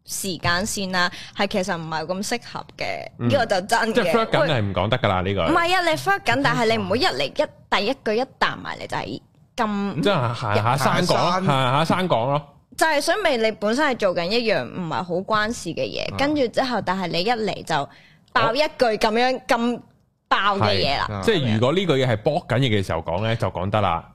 Speaker 3: 時間線啊，係其實唔係咁適合嘅，
Speaker 1: 嗯
Speaker 3: 呢個就真
Speaker 1: 即係 flirt 緊
Speaker 3: 嘅。
Speaker 1: 係唔講得㗎啦，呢個
Speaker 3: 唔。係啊，你 f r i t 緊，但係你唔好一嚟一第一句一啖埋嚟就係咁。
Speaker 1: 即係行下山講咯，
Speaker 2: 行
Speaker 1: 行
Speaker 2: 山
Speaker 1: 下山講咯。
Speaker 3: 就係想未你本身係做緊一樣唔係好關事嘅嘢，
Speaker 2: 啊
Speaker 3: 跟住之後，但係你一嚟就爆一句咁樣咁爆嘅嘢啦，
Speaker 2: 啊
Speaker 1: 即係如果呢句嘢係搏緊嘢嘅時候講咧，就講得啦。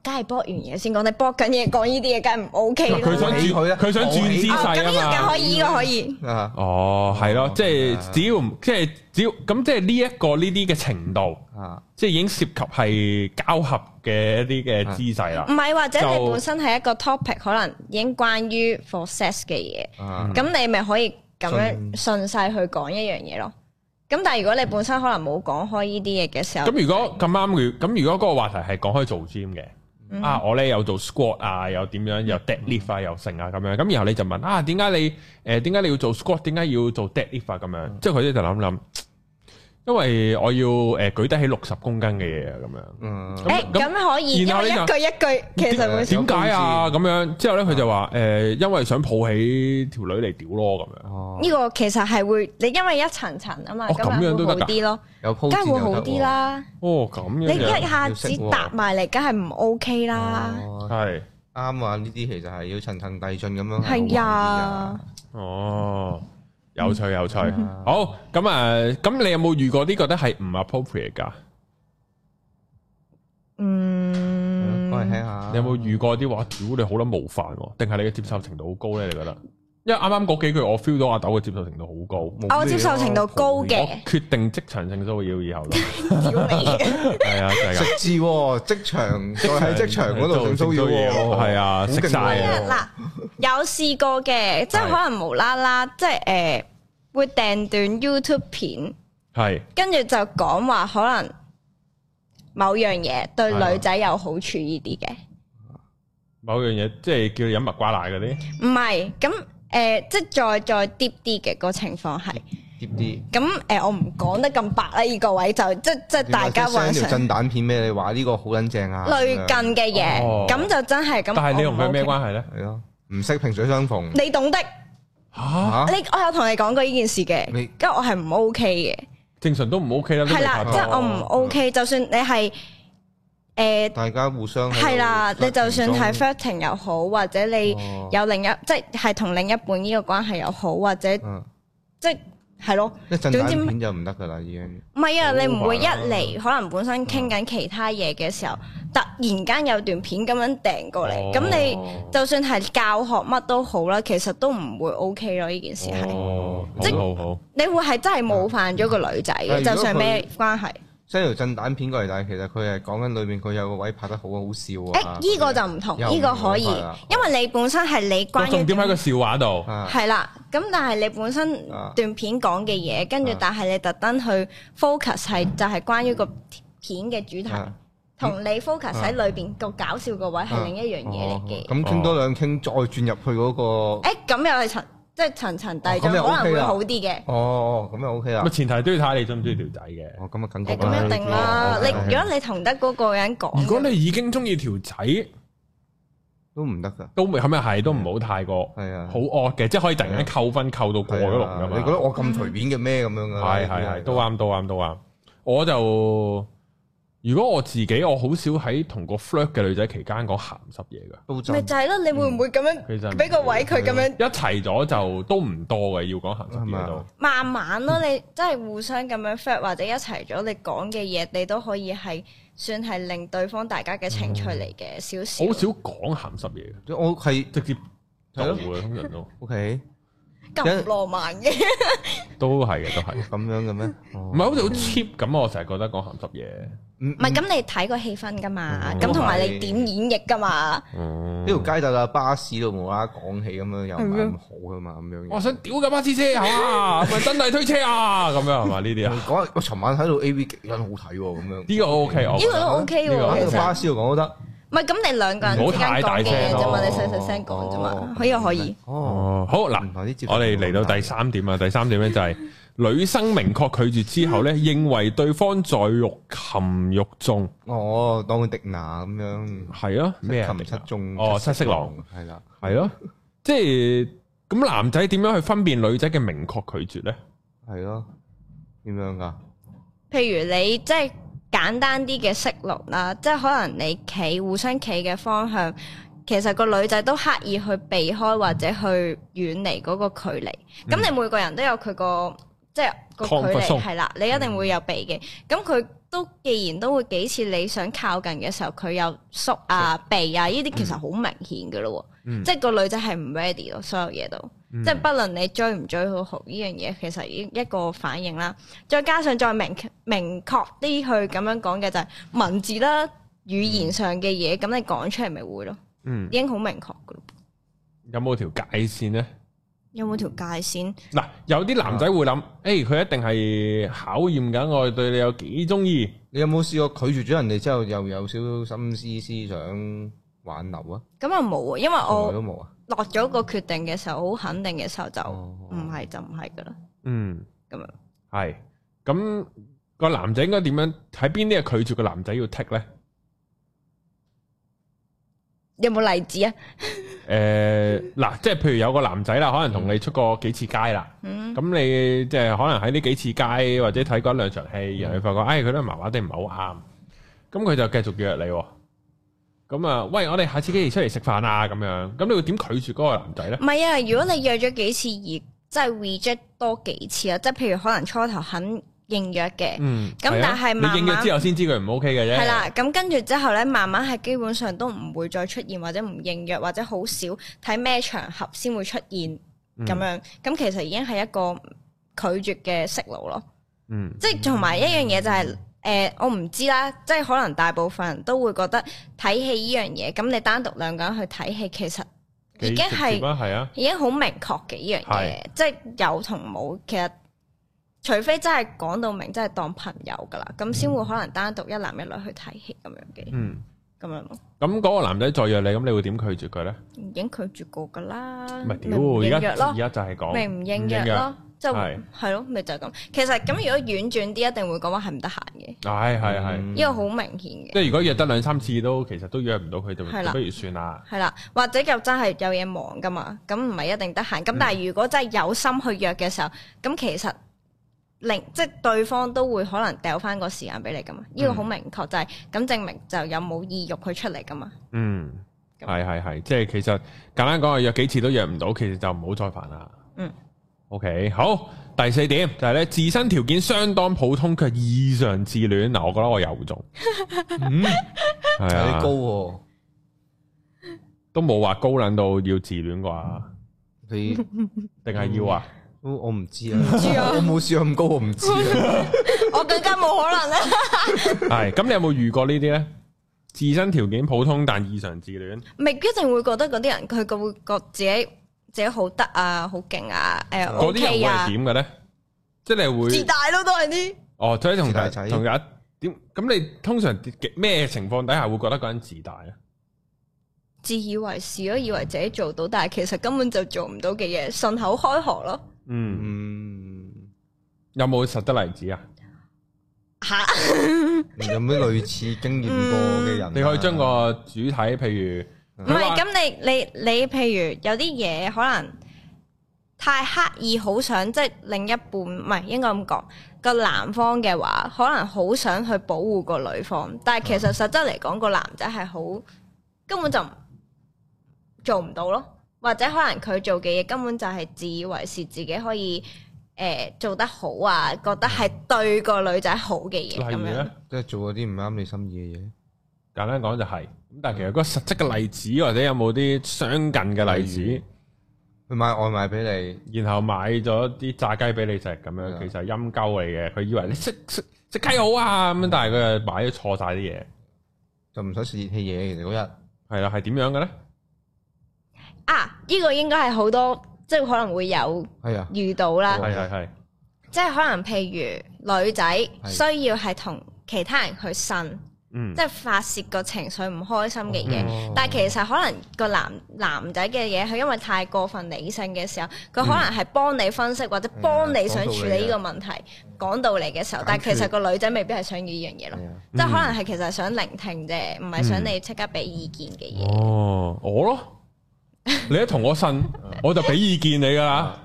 Speaker 3: 梗係搏完嘢先講，你搏緊嘢講呢啲嘢，梗係唔 OK 啦。
Speaker 1: 佢想
Speaker 2: 理佢
Speaker 1: 轉，
Speaker 2: 啊
Speaker 1: 佢想轉姿
Speaker 2: 知
Speaker 3: 哦，咁
Speaker 1: 勢
Speaker 3: 呢個
Speaker 1: 啊
Speaker 3: 梗
Speaker 1: 嘛。
Speaker 3: 可以，呢個可以。
Speaker 2: 啊
Speaker 1: 哦，係咯
Speaker 2: 哦，
Speaker 1: 即係只要唔即係只要咁，即係呢一個呢啲嘅程度，
Speaker 2: 啊
Speaker 1: 即係已經涉及係交合嘅一啲嘅姿勢啦
Speaker 3: 唔。係或者
Speaker 1: 就
Speaker 3: 你本身係一個 topic，可能已經關於 for sex 嘅嘢，
Speaker 1: 嗯
Speaker 2: 啊！
Speaker 3: 咁你咪可以咁樣順勢去講一樣嘢咯。咁但係如果你本身可能冇講開呢啲嘢嘅時候，
Speaker 1: 咁如果咁啱佢，咁如果嗰個話題係講開做 gym 嘅，
Speaker 3: 嗯
Speaker 1: 啊，我咧有做 squat 啊，又點樣，又 deadlift 啊，又成啊咁樣。咁然後你就問啊，點解你誒點解你要做 squat？點解要做 deadlift 啊？咁
Speaker 3: 嗯
Speaker 1: 樣，即係佢咧就諗諗，因為我要誒舉得起六十公斤嘅嘢啊咁樣。
Speaker 2: 嗯，
Speaker 3: 誒，咁可以，因
Speaker 1: 然後
Speaker 3: 為 一
Speaker 1: 呢就
Speaker 3: 句一句其實會
Speaker 1: 點解啊？咁樣之後咧，佢就
Speaker 2: 啊
Speaker 1: 話誒，因為想抱起條女嚟屌咯咁樣。
Speaker 2: 哦，
Speaker 3: 呢個其實係會，你因為一層層啊嘛，
Speaker 1: 哦
Speaker 3: 咁咪
Speaker 1: 咁樣
Speaker 3: 會
Speaker 1: 都
Speaker 3: 好
Speaker 1: 得㗎
Speaker 3: 啲咯，
Speaker 2: 有鋪
Speaker 3: 梗
Speaker 2: 墊
Speaker 3: 係會
Speaker 2: 又
Speaker 3: 好
Speaker 2: 得
Speaker 3: 啲
Speaker 2: 喎。
Speaker 3: 啦。
Speaker 1: 哦，咁
Speaker 3: 你
Speaker 1: 樣
Speaker 3: 一
Speaker 1: 樣
Speaker 3: 下子搭埋嚟，梗係唔 OK 啦。
Speaker 2: 哦
Speaker 1: 係
Speaker 2: 啱啊！呢啲其實係要層層遞進咁樣。
Speaker 1: 啊
Speaker 3: 係呀，
Speaker 1: 哦，有趣有趣。
Speaker 2: 嗯
Speaker 1: 好咁啊，咁你有冇遇過啲覺得係唔 appropriate
Speaker 2: 啊
Speaker 1: 㗎？
Speaker 2: 啊
Speaker 3: 嗯，
Speaker 2: 我嚟睇下。
Speaker 1: 你有冇遇過啲話？屌你好撚冒犯喎，定係你嘅接受程度好高咧？你覺得？因為啱啱嗰幾句我 feel 到阿豆嘅接受程度好高，我
Speaker 3: 啊我接受程度高嘅
Speaker 1: 決定職場性騷擾以後 咯，
Speaker 3: 屌你，
Speaker 1: 係啊，就係
Speaker 2: 食
Speaker 1: 咁。
Speaker 2: 字喎，職 場再喺職場嗰度性騷擾喎，
Speaker 1: 係啊
Speaker 2: 好勁喎
Speaker 1: 食晒啊
Speaker 3: 嗱，有試過嘅，即係
Speaker 1: 係
Speaker 3: 可能無啦啦，即係誒會訂段 YouTube 片，
Speaker 1: 係
Speaker 3: 跟住就講話可能某樣嘢對
Speaker 1: 係啊
Speaker 3: 女仔有好處呢啲嘅，
Speaker 1: 某樣嘢，即係叫你飲蜜瓜奶嗰啲，
Speaker 3: 唔係咁誒，即係再再 deep 啲嘅個情況係。
Speaker 2: 貼啲。
Speaker 3: 咁誒、呃我唔講得咁白啦，呢、個位就即即
Speaker 1: 啊
Speaker 3: 大家幻
Speaker 2: 啊 send 條
Speaker 3: 想
Speaker 2: 震蛋片俾你話呢個好撚正啊，
Speaker 3: 類近嘅嘢，
Speaker 1: 哦
Speaker 3: 咁、就真係咁。
Speaker 1: 但係你同佢咩
Speaker 3: 係？
Speaker 1: 關啊係咧？
Speaker 2: 係咯，唔識萍水相逢
Speaker 3: 你啊懂得，
Speaker 1: 嚇，
Speaker 2: 嚇，
Speaker 3: 你我有同你講過呢件事嘅
Speaker 2: 你，
Speaker 3: 跟住我係唔 OK
Speaker 1: 正常都唔 OK 啦，
Speaker 3: 嘅，係啦，
Speaker 1: 呢個
Speaker 3: 即
Speaker 1: 拍
Speaker 3: 係
Speaker 1: 拖
Speaker 3: 我唔 OK，就算你係誒
Speaker 2: 大家互相喺度
Speaker 3: 係啦，你就算係
Speaker 2: 哦 flirting 中
Speaker 3: flirting 又好，或者你
Speaker 2: 哦
Speaker 3: 有另一即係同另一半呢個關係又好，或者
Speaker 2: 嗯
Speaker 3: 即係咯。
Speaker 2: 一震
Speaker 3: 總之
Speaker 2: 蛋片就唔得㗎啦，已經
Speaker 3: 唔係啊，
Speaker 1: 冇
Speaker 3: 你唔會一
Speaker 1: 辦法
Speaker 3: 嚟可能本身傾緊其他嘢嘅時候，突然間有段片咁樣掟過嚟，咁、你
Speaker 1: 哦
Speaker 3: 就算係教學乜都好啦，其實都唔會 OK 咯。呢件事係，
Speaker 1: 哦，
Speaker 3: 即
Speaker 1: 好好好，
Speaker 3: 你會係真係冒犯咗個女仔嘅，
Speaker 2: 嗯
Speaker 3: 就算係咩關係。
Speaker 2: send 條震蛋片過嚟，但係其實佢係講緊裏面佢有個位拍得好好笑
Speaker 3: 誒，
Speaker 2: 啊，
Speaker 3: 呢個就唔同，
Speaker 2: 又
Speaker 3: 呢個可
Speaker 2: 冇
Speaker 3: 以
Speaker 2: 辦法啦，
Speaker 3: 因為你本身係你
Speaker 1: 個
Speaker 3: 關
Speaker 1: 重點喺個
Speaker 3: 於
Speaker 1: 笑話度，
Speaker 2: 啊
Speaker 3: 係啦，咁但係你本身
Speaker 2: 啊
Speaker 3: 段片講嘅嘢，跟住
Speaker 2: 啊
Speaker 3: 但係你特登去 focus 係就係關於個片嘅主題。
Speaker 2: 啊
Speaker 3: 同你 focus 喺裏邊個搞笑個位係另一樣嘢嚟嘅。
Speaker 2: 哦
Speaker 1: 哦
Speaker 2: 咁傾多兩傾，再轉入去嗰個
Speaker 3: 誒咁又係層，即係層層遞
Speaker 2: 哦
Speaker 3: 進，
Speaker 2: 咁又
Speaker 3: 可能
Speaker 2: OK
Speaker 3: 會
Speaker 2: 啦
Speaker 3: 好啲嘅。
Speaker 2: 哦，咁又 OK 啦
Speaker 1: 咁。啊前提都要睇下你中唔中意條仔嘅。
Speaker 2: 哦，咁啊，梗
Speaker 3: 誒
Speaker 2: 覺
Speaker 3: 咁一定
Speaker 2: 哦
Speaker 3: 啦，你如果你同得嗰個人講，
Speaker 1: 如果你已經中意條仔。
Speaker 2: 都唔得㗎，
Speaker 1: 都未咁又係，都唔好太過
Speaker 2: 係
Speaker 3: 嗯
Speaker 2: 啊，
Speaker 1: 好惡嘅，即係可以突然間扣分扣到過咗龍
Speaker 2: 係啊
Speaker 1: 噶
Speaker 2: 你覺得
Speaker 1: 嘛。
Speaker 2: 我咁隨便嘅咩咁樣啊㗎？
Speaker 1: 嗯係係係，都啱都啱都啱。我就如果我自己，我好少喺同個 flirt 嘅女仔期間講鹹濕嘢噶。
Speaker 2: 都就
Speaker 3: 咪就係咯，你會唔會咁
Speaker 1: 其實
Speaker 3: 樣
Speaker 1: 唔
Speaker 3: 俾個位佢咁樣
Speaker 1: 一齊咗就都唔多嘅，要講鹹濕嘢
Speaker 2: 係咪
Speaker 1: 都
Speaker 2: 啊
Speaker 3: 慢慢咯？你真係互相咁樣 f l i r 或者一齊咗，你講嘅嘢你都可以係算係令對方大家嘅情趣嚟嘅少少
Speaker 1: 嗯好。少講鹹濕嘢嘅，
Speaker 2: 我係
Speaker 1: 直接做
Speaker 2: 係咯
Speaker 1: 嘅通常都
Speaker 2: OK
Speaker 3: 咁浪漫嘅，
Speaker 1: 嗯都係嘅，都係。
Speaker 2: 咁樣嘅咩？哦唔
Speaker 1: 唔係好似好 cheap 咁，我成日覺得講鹹濕嘢。
Speaker 3: 唔係咁你睇個氣氛噶嘛，
Speaker 2: 嗯
Speaker 3: 咁同埋你點演繹噶嘛，
Speaker 1: 哦
Speaker 2: 呢條街就啦，巴士度無啦啦講起咁樣，又唔係咁好噶嘛，咁樣
Speaker 1: 我
Speaker 2: 嘢。
Speaker 1: 想屌咁巴士車啊，咪真係推車啊，咁樣係嘛呢啲啊？
Speaker 2: 講我尋晚睇到 A V 極撚好睇喎，咁樣
Speaker 1: 呢個 OK，我
Speaker 3: 呢
Speaker 1: 覺
Speaker 3: 個
Speaker 1: 得
Speaker 3: 都 OK
Speaker 1: 哦呢個
Speaker 3: 喎，
Speaker 2: 喺
Speaker 3: 其
Speaker 2: 個
Speaker 3: 實。
Speaker 2: 巴士度講都得。
Speaker 3: 唔係咁，你兩個人之間講嘅嘢
Speaker 1: 唔
Speaker 3: 啫
Speaker 1: 好
Speaker 3: 嘛，
Speaker 1: 太大聲咯
Speaker 3: 你細細聲講啫嘛，可以啊可以。。
Speaker 2: 哦，
Speaker 1: 哦，好
Speaker 2: 原
Speaker 1: 嗱
Speaker 2: 來啲接，受
Speaker 1: 我哋嚟到第三點啊，第三點咧就係女生明確拒絕之後咧，認為對方在欲擒欲縱，
Speaker 2: 哦，當佢迪娜咁樣。
Speaker 1: 係啊，咩啊
Speaker 2: 琴？七中
Speaker 1: 哦七色狼
Speaker 2: 係啦，
Speaker 1: 係咯，即係咁男仔點樣去分辨女仔嘅明確拒絕咧？
Speaker 2: 係咯，點樣㗎？
Speaker 3: 譬如你即係簡單啲嘅色路啦，即係可能你企互相企嘅方向，其實個女仔都刻意去避開或者去遠離嗰個距離。咁、你每個人都有佢個即係個距
Speaker 1: 嗯 Comfort
Speaker 3: 離
Speaker 1: zone 嗯
Speaker 3: 係啦，你一定會有避嘅。咁佢、都既然都會幾次你想靠近嘅時候，佢又縮啊避啊，呢啲其實好明顯嘅咯喎。
Speaker 1: 嗯
Speaker 3: 即係個女仔係唔 ready 咯，所有嘢都。即係不論你追唔追都好，呢樣嘢其實已經一個反應啦。再加上再明明確啲去咁樣講嘅就係文字啦、語言上嘅嘢，咁、你講出嚟咪會咯，
Speaker 1: 嗯
Speaker 3: 已，經好明確噶咯。
Speaker 1: 有冇條界線咧？
Speaker 3: 有冇條界線？
Speaker 1: 嗱，有啲男仔會諗，誒佢一定係考驗緊我對你有幾中意。
Speaker 2: 你有冇試過拒絕咗人哋之後，又有少少心思思想挽留啊？
Speaker 3: 咁啊冇啊，因為
Speaker 2: 我都
Speaker 3: 我
Speaker 2: 冇啊。
Speaker 3: 落咗個決定嘅時候，好肯定嘅時候就
Speaker 2: 哦
Speaker 3: 唔係就唔係噶啦。
Speaker 1: 嗯，
Speaker 3: 咁樣
Speaker 1: 係。咁個男仔應該點樣？喺邊啲係拒絕個男仔要剔咧？
Speaker 3: 有冇例子啊？
Speaker 1: 誒嗱，即係譬如有個男仔啦，可能同你出過幾次街啦，
Speaker 3: 嗯，
Speaker 1: 咁你即係可能喺呢幾次街或者睇過一兩場戲，然後你發覺，唉，佢都係麻麻地唔係好啱，咁佢就繼續約你喎。咁啊，喂，我哋下次幾時出嚟食飯啊？咁樣，咁你會點拒絕嗰個男仔咧
Speaker 3: 唔？係啊，如果你約咗幾次而即係 reject 多幾次啊，即係譬如可能初頭肯應約嘅，
Speaker 1: 嗯，
Speaker 3: 咁
Speaker 1: 係啊
Speaker 3: 但係慢慢
Speaker 1: 你應咗之後先知佢唔 OK 嘅啫。
Speaker 3: 係啦，咁跟住之後咧，慢慢係基本上都唔會再出現或者唔應約或者好少睇咩場合先會出現
Speaker 1: 嗯，
Speaker 3: 咁樣，咁其實已經係一個拒絕嘅息路咯。
Speaker 1: 嗯，
Speaker 3: 即係同埋一樣嘢就係、誒、我唔知啦，即係可能大部分人都會覺得睇戲呢樣嘢，咁你單獨兩個人去睇戲，其實已經
Speaker 1: 幾直接
Speaker 3: 係
Speaker 1: 啊，係啊，
Speaker 3: 已經好明確嘅呢樣嘢，即係有同冇，其實除非真係講到明，真係當朋友噶啦，咁先會可能單獨一男一女去睇戲咁樣嘅，
Speaker 1: 嗯，
Speaker 3: 咁樣咯，
Speaker 1: 咁嗰個男仔再約你，咁你會點拒絕佢咧？
Speaker 3: 已經拒絕過噶啦，
Speaker 1: 唔係
Speaker 3: 嗯咪唔
Speaker 1: 屌，而
Speaker 3: 應約
Speaker 1: 家
Speaker 3: 咯
Speaker 1: 而。家就係講
Speaker 3: 咪唔應約咯，就
Speaker 1: 係
Speaker 3: 係咯，咪就係咁。其實咁如果婉轉啲，一定會講話係唔得閒嘅，
Speaker 1: 應約，係係係。
Speaker 2: 嗯
Speaker 3: 呢個好明顯嘅。
Speaker 1: 即係如果約得兩三次都其實都約唔到佢，就
Speaker 3: 係啦
Speaker 1: 不如算啦。
Speaker 3: 係啦，或者又真係有嘢忙噶嘛，咁唔係一定得閒。
Speaker 1: 嗯
Speaker 3: 咁但係如果真係有心去約嘅時候，咁其實令即係對方都會可能掉翻個時間俾你噶嘛。呢、
Speaker 1: 嗯
Speaker 3: 個好明確就係、咁，證明就有冇意欲去出嚟噶嘛。
Speaker 1: 嗯，
Speaker 3: 咁
Speaker 1: 係係係，即係其實簡單講係約幾次都約唔到，其實就唔好再煩啦。
Speaker 3: 嗯
Speaker 1: ，OK，好。第四點就係咧，自身條件相當普通卻異常自戀。嗱，我覺得我有 中，
Speaker 2: 嗯，
Speaker 1: 係
Speaker 2: 有
Speaker 1: 啊
Speaker 2: 啲高，喎。
Speaker 1: 都冇話高撚到要自戀啩，
Speaker 2: 你
Speaker 1: 定係要啊？
Speaker 2: 我我唔知啊，
Speaker 3: 嗯知啊
Speaker 2: 我冇試過咁高，我唔知 啊。
Speaker 3: 我更加冇可能啦。 嗯
Speaker 1: 係咁，你有冇遇過呢啲咧？自身條件普通但異常自戀，
Speaker 3: 咪一定會覺得嗰啲人佢個會覺自己自己好得啊，好勁啊，誒、
Speaker 1: 嗰啲人
Speaker 3: OK
Speaker 1: 會係
Speaker 3: 啊，
Speaker 1: 點嘅咧？即係你會
Speaker 3: 自大咯都係啲。
Speaker 1: 哦，即係同
Speaker 2: 自大
Speaker 1: 大
Speaker 2: 仔
Speaker 1: 同人點？咁你通常咩情況底下會覺得嗰人自大咧？啊
Speaker 3: 自以為是咯，以為自己做到，但係其實根本就做唔到嘅嘢，順口開河咯。
Speaker 1: 嗯，
Speaker 2: 嗯，
Speaker 1: 有冇實質例子啊？
Speaker 3: 吓，
Speaker 2: 有咩類似經驗過嘅人啊？
Speaker 1: 你可以將個主體，譬如
Speaker 3: 嗯唔
Speaker 1: 佢
Speaker 3: 係
Speaker 1: 話
Speaker 3: 咁你你你，譬如有啲嘢可能太刻意，好想即係另一半，唔係應該咁講個男方嘅話，可能好想去保護個女方，但係其
Speaker 1: 嗯
Speaker 3: 實實質嚟講，個男仔係好根本就唔做唔到咯，或者可能佢做嘅嘢根本就係自以為是，自己可以。誒、做得好啊，覺得係對個女仔好嘅嘢
Speaker 1: 例
Speaker 3: 咁
Speaker 1: 如咧
Speaker 3: 樣，，
Speaker 2: 即係做嗰啲唔啱你心意嘅嘢。
Speaker 1: 簡單講就係咁，但係其實嗰個實質嘅例子，或者有冇啲相近嘅例
Speaker 2: 例
Speaker 1: 子，
Speaker 2: 佢買外賣俾你，
Speaker 1: 然後買咗啲炸雞俾你食咁
Speaker 2: 係啊
Speaker 1: 樣，其實係陰鳩嚟嘅，佢以為你食食食雞好啊咁樣，但係佢係買咗錯晒啲嘢，
Speaker 2: 就唔想食熱氣嘢。其實嗰日
Speaker 1: 係啦，係點樣嘅咧？
Speaker 3: 啊，呢、個應該係好多即係可能會有
Speaker 2: 係啊，
Speaker 3: 遇到啦。
Speaker 1: 係係係，
Speaker 3: 即係可能譬如女仔需要係同其他人去呻，
Speaker 1: 嗯
Speaker 3: 即，係發泄個情緒唔開心嘅
Speaker 2: 哦
Speaker 3: 嘢。
Speaker 1: 嗯
Speaker 3: 但係其實可能個男男仔嘅嘢，佢因為太過分理性嘅時候，佢可能係幫你分析或者幫你想處理呢個問題，講道理嘅時候，但係其實個女仔未必係想要呢樣嘢咯。
Speaker 2: 係啊，
Speaker 3: 即係可能係其實係想聆聽啫，唔係想你即刻俾意見嘅嘢。
Speaker 1: 哦，我咯，你一同我 呻，我就俾意見你噶
Speaker 3: 啊
Speaker 1: 啦，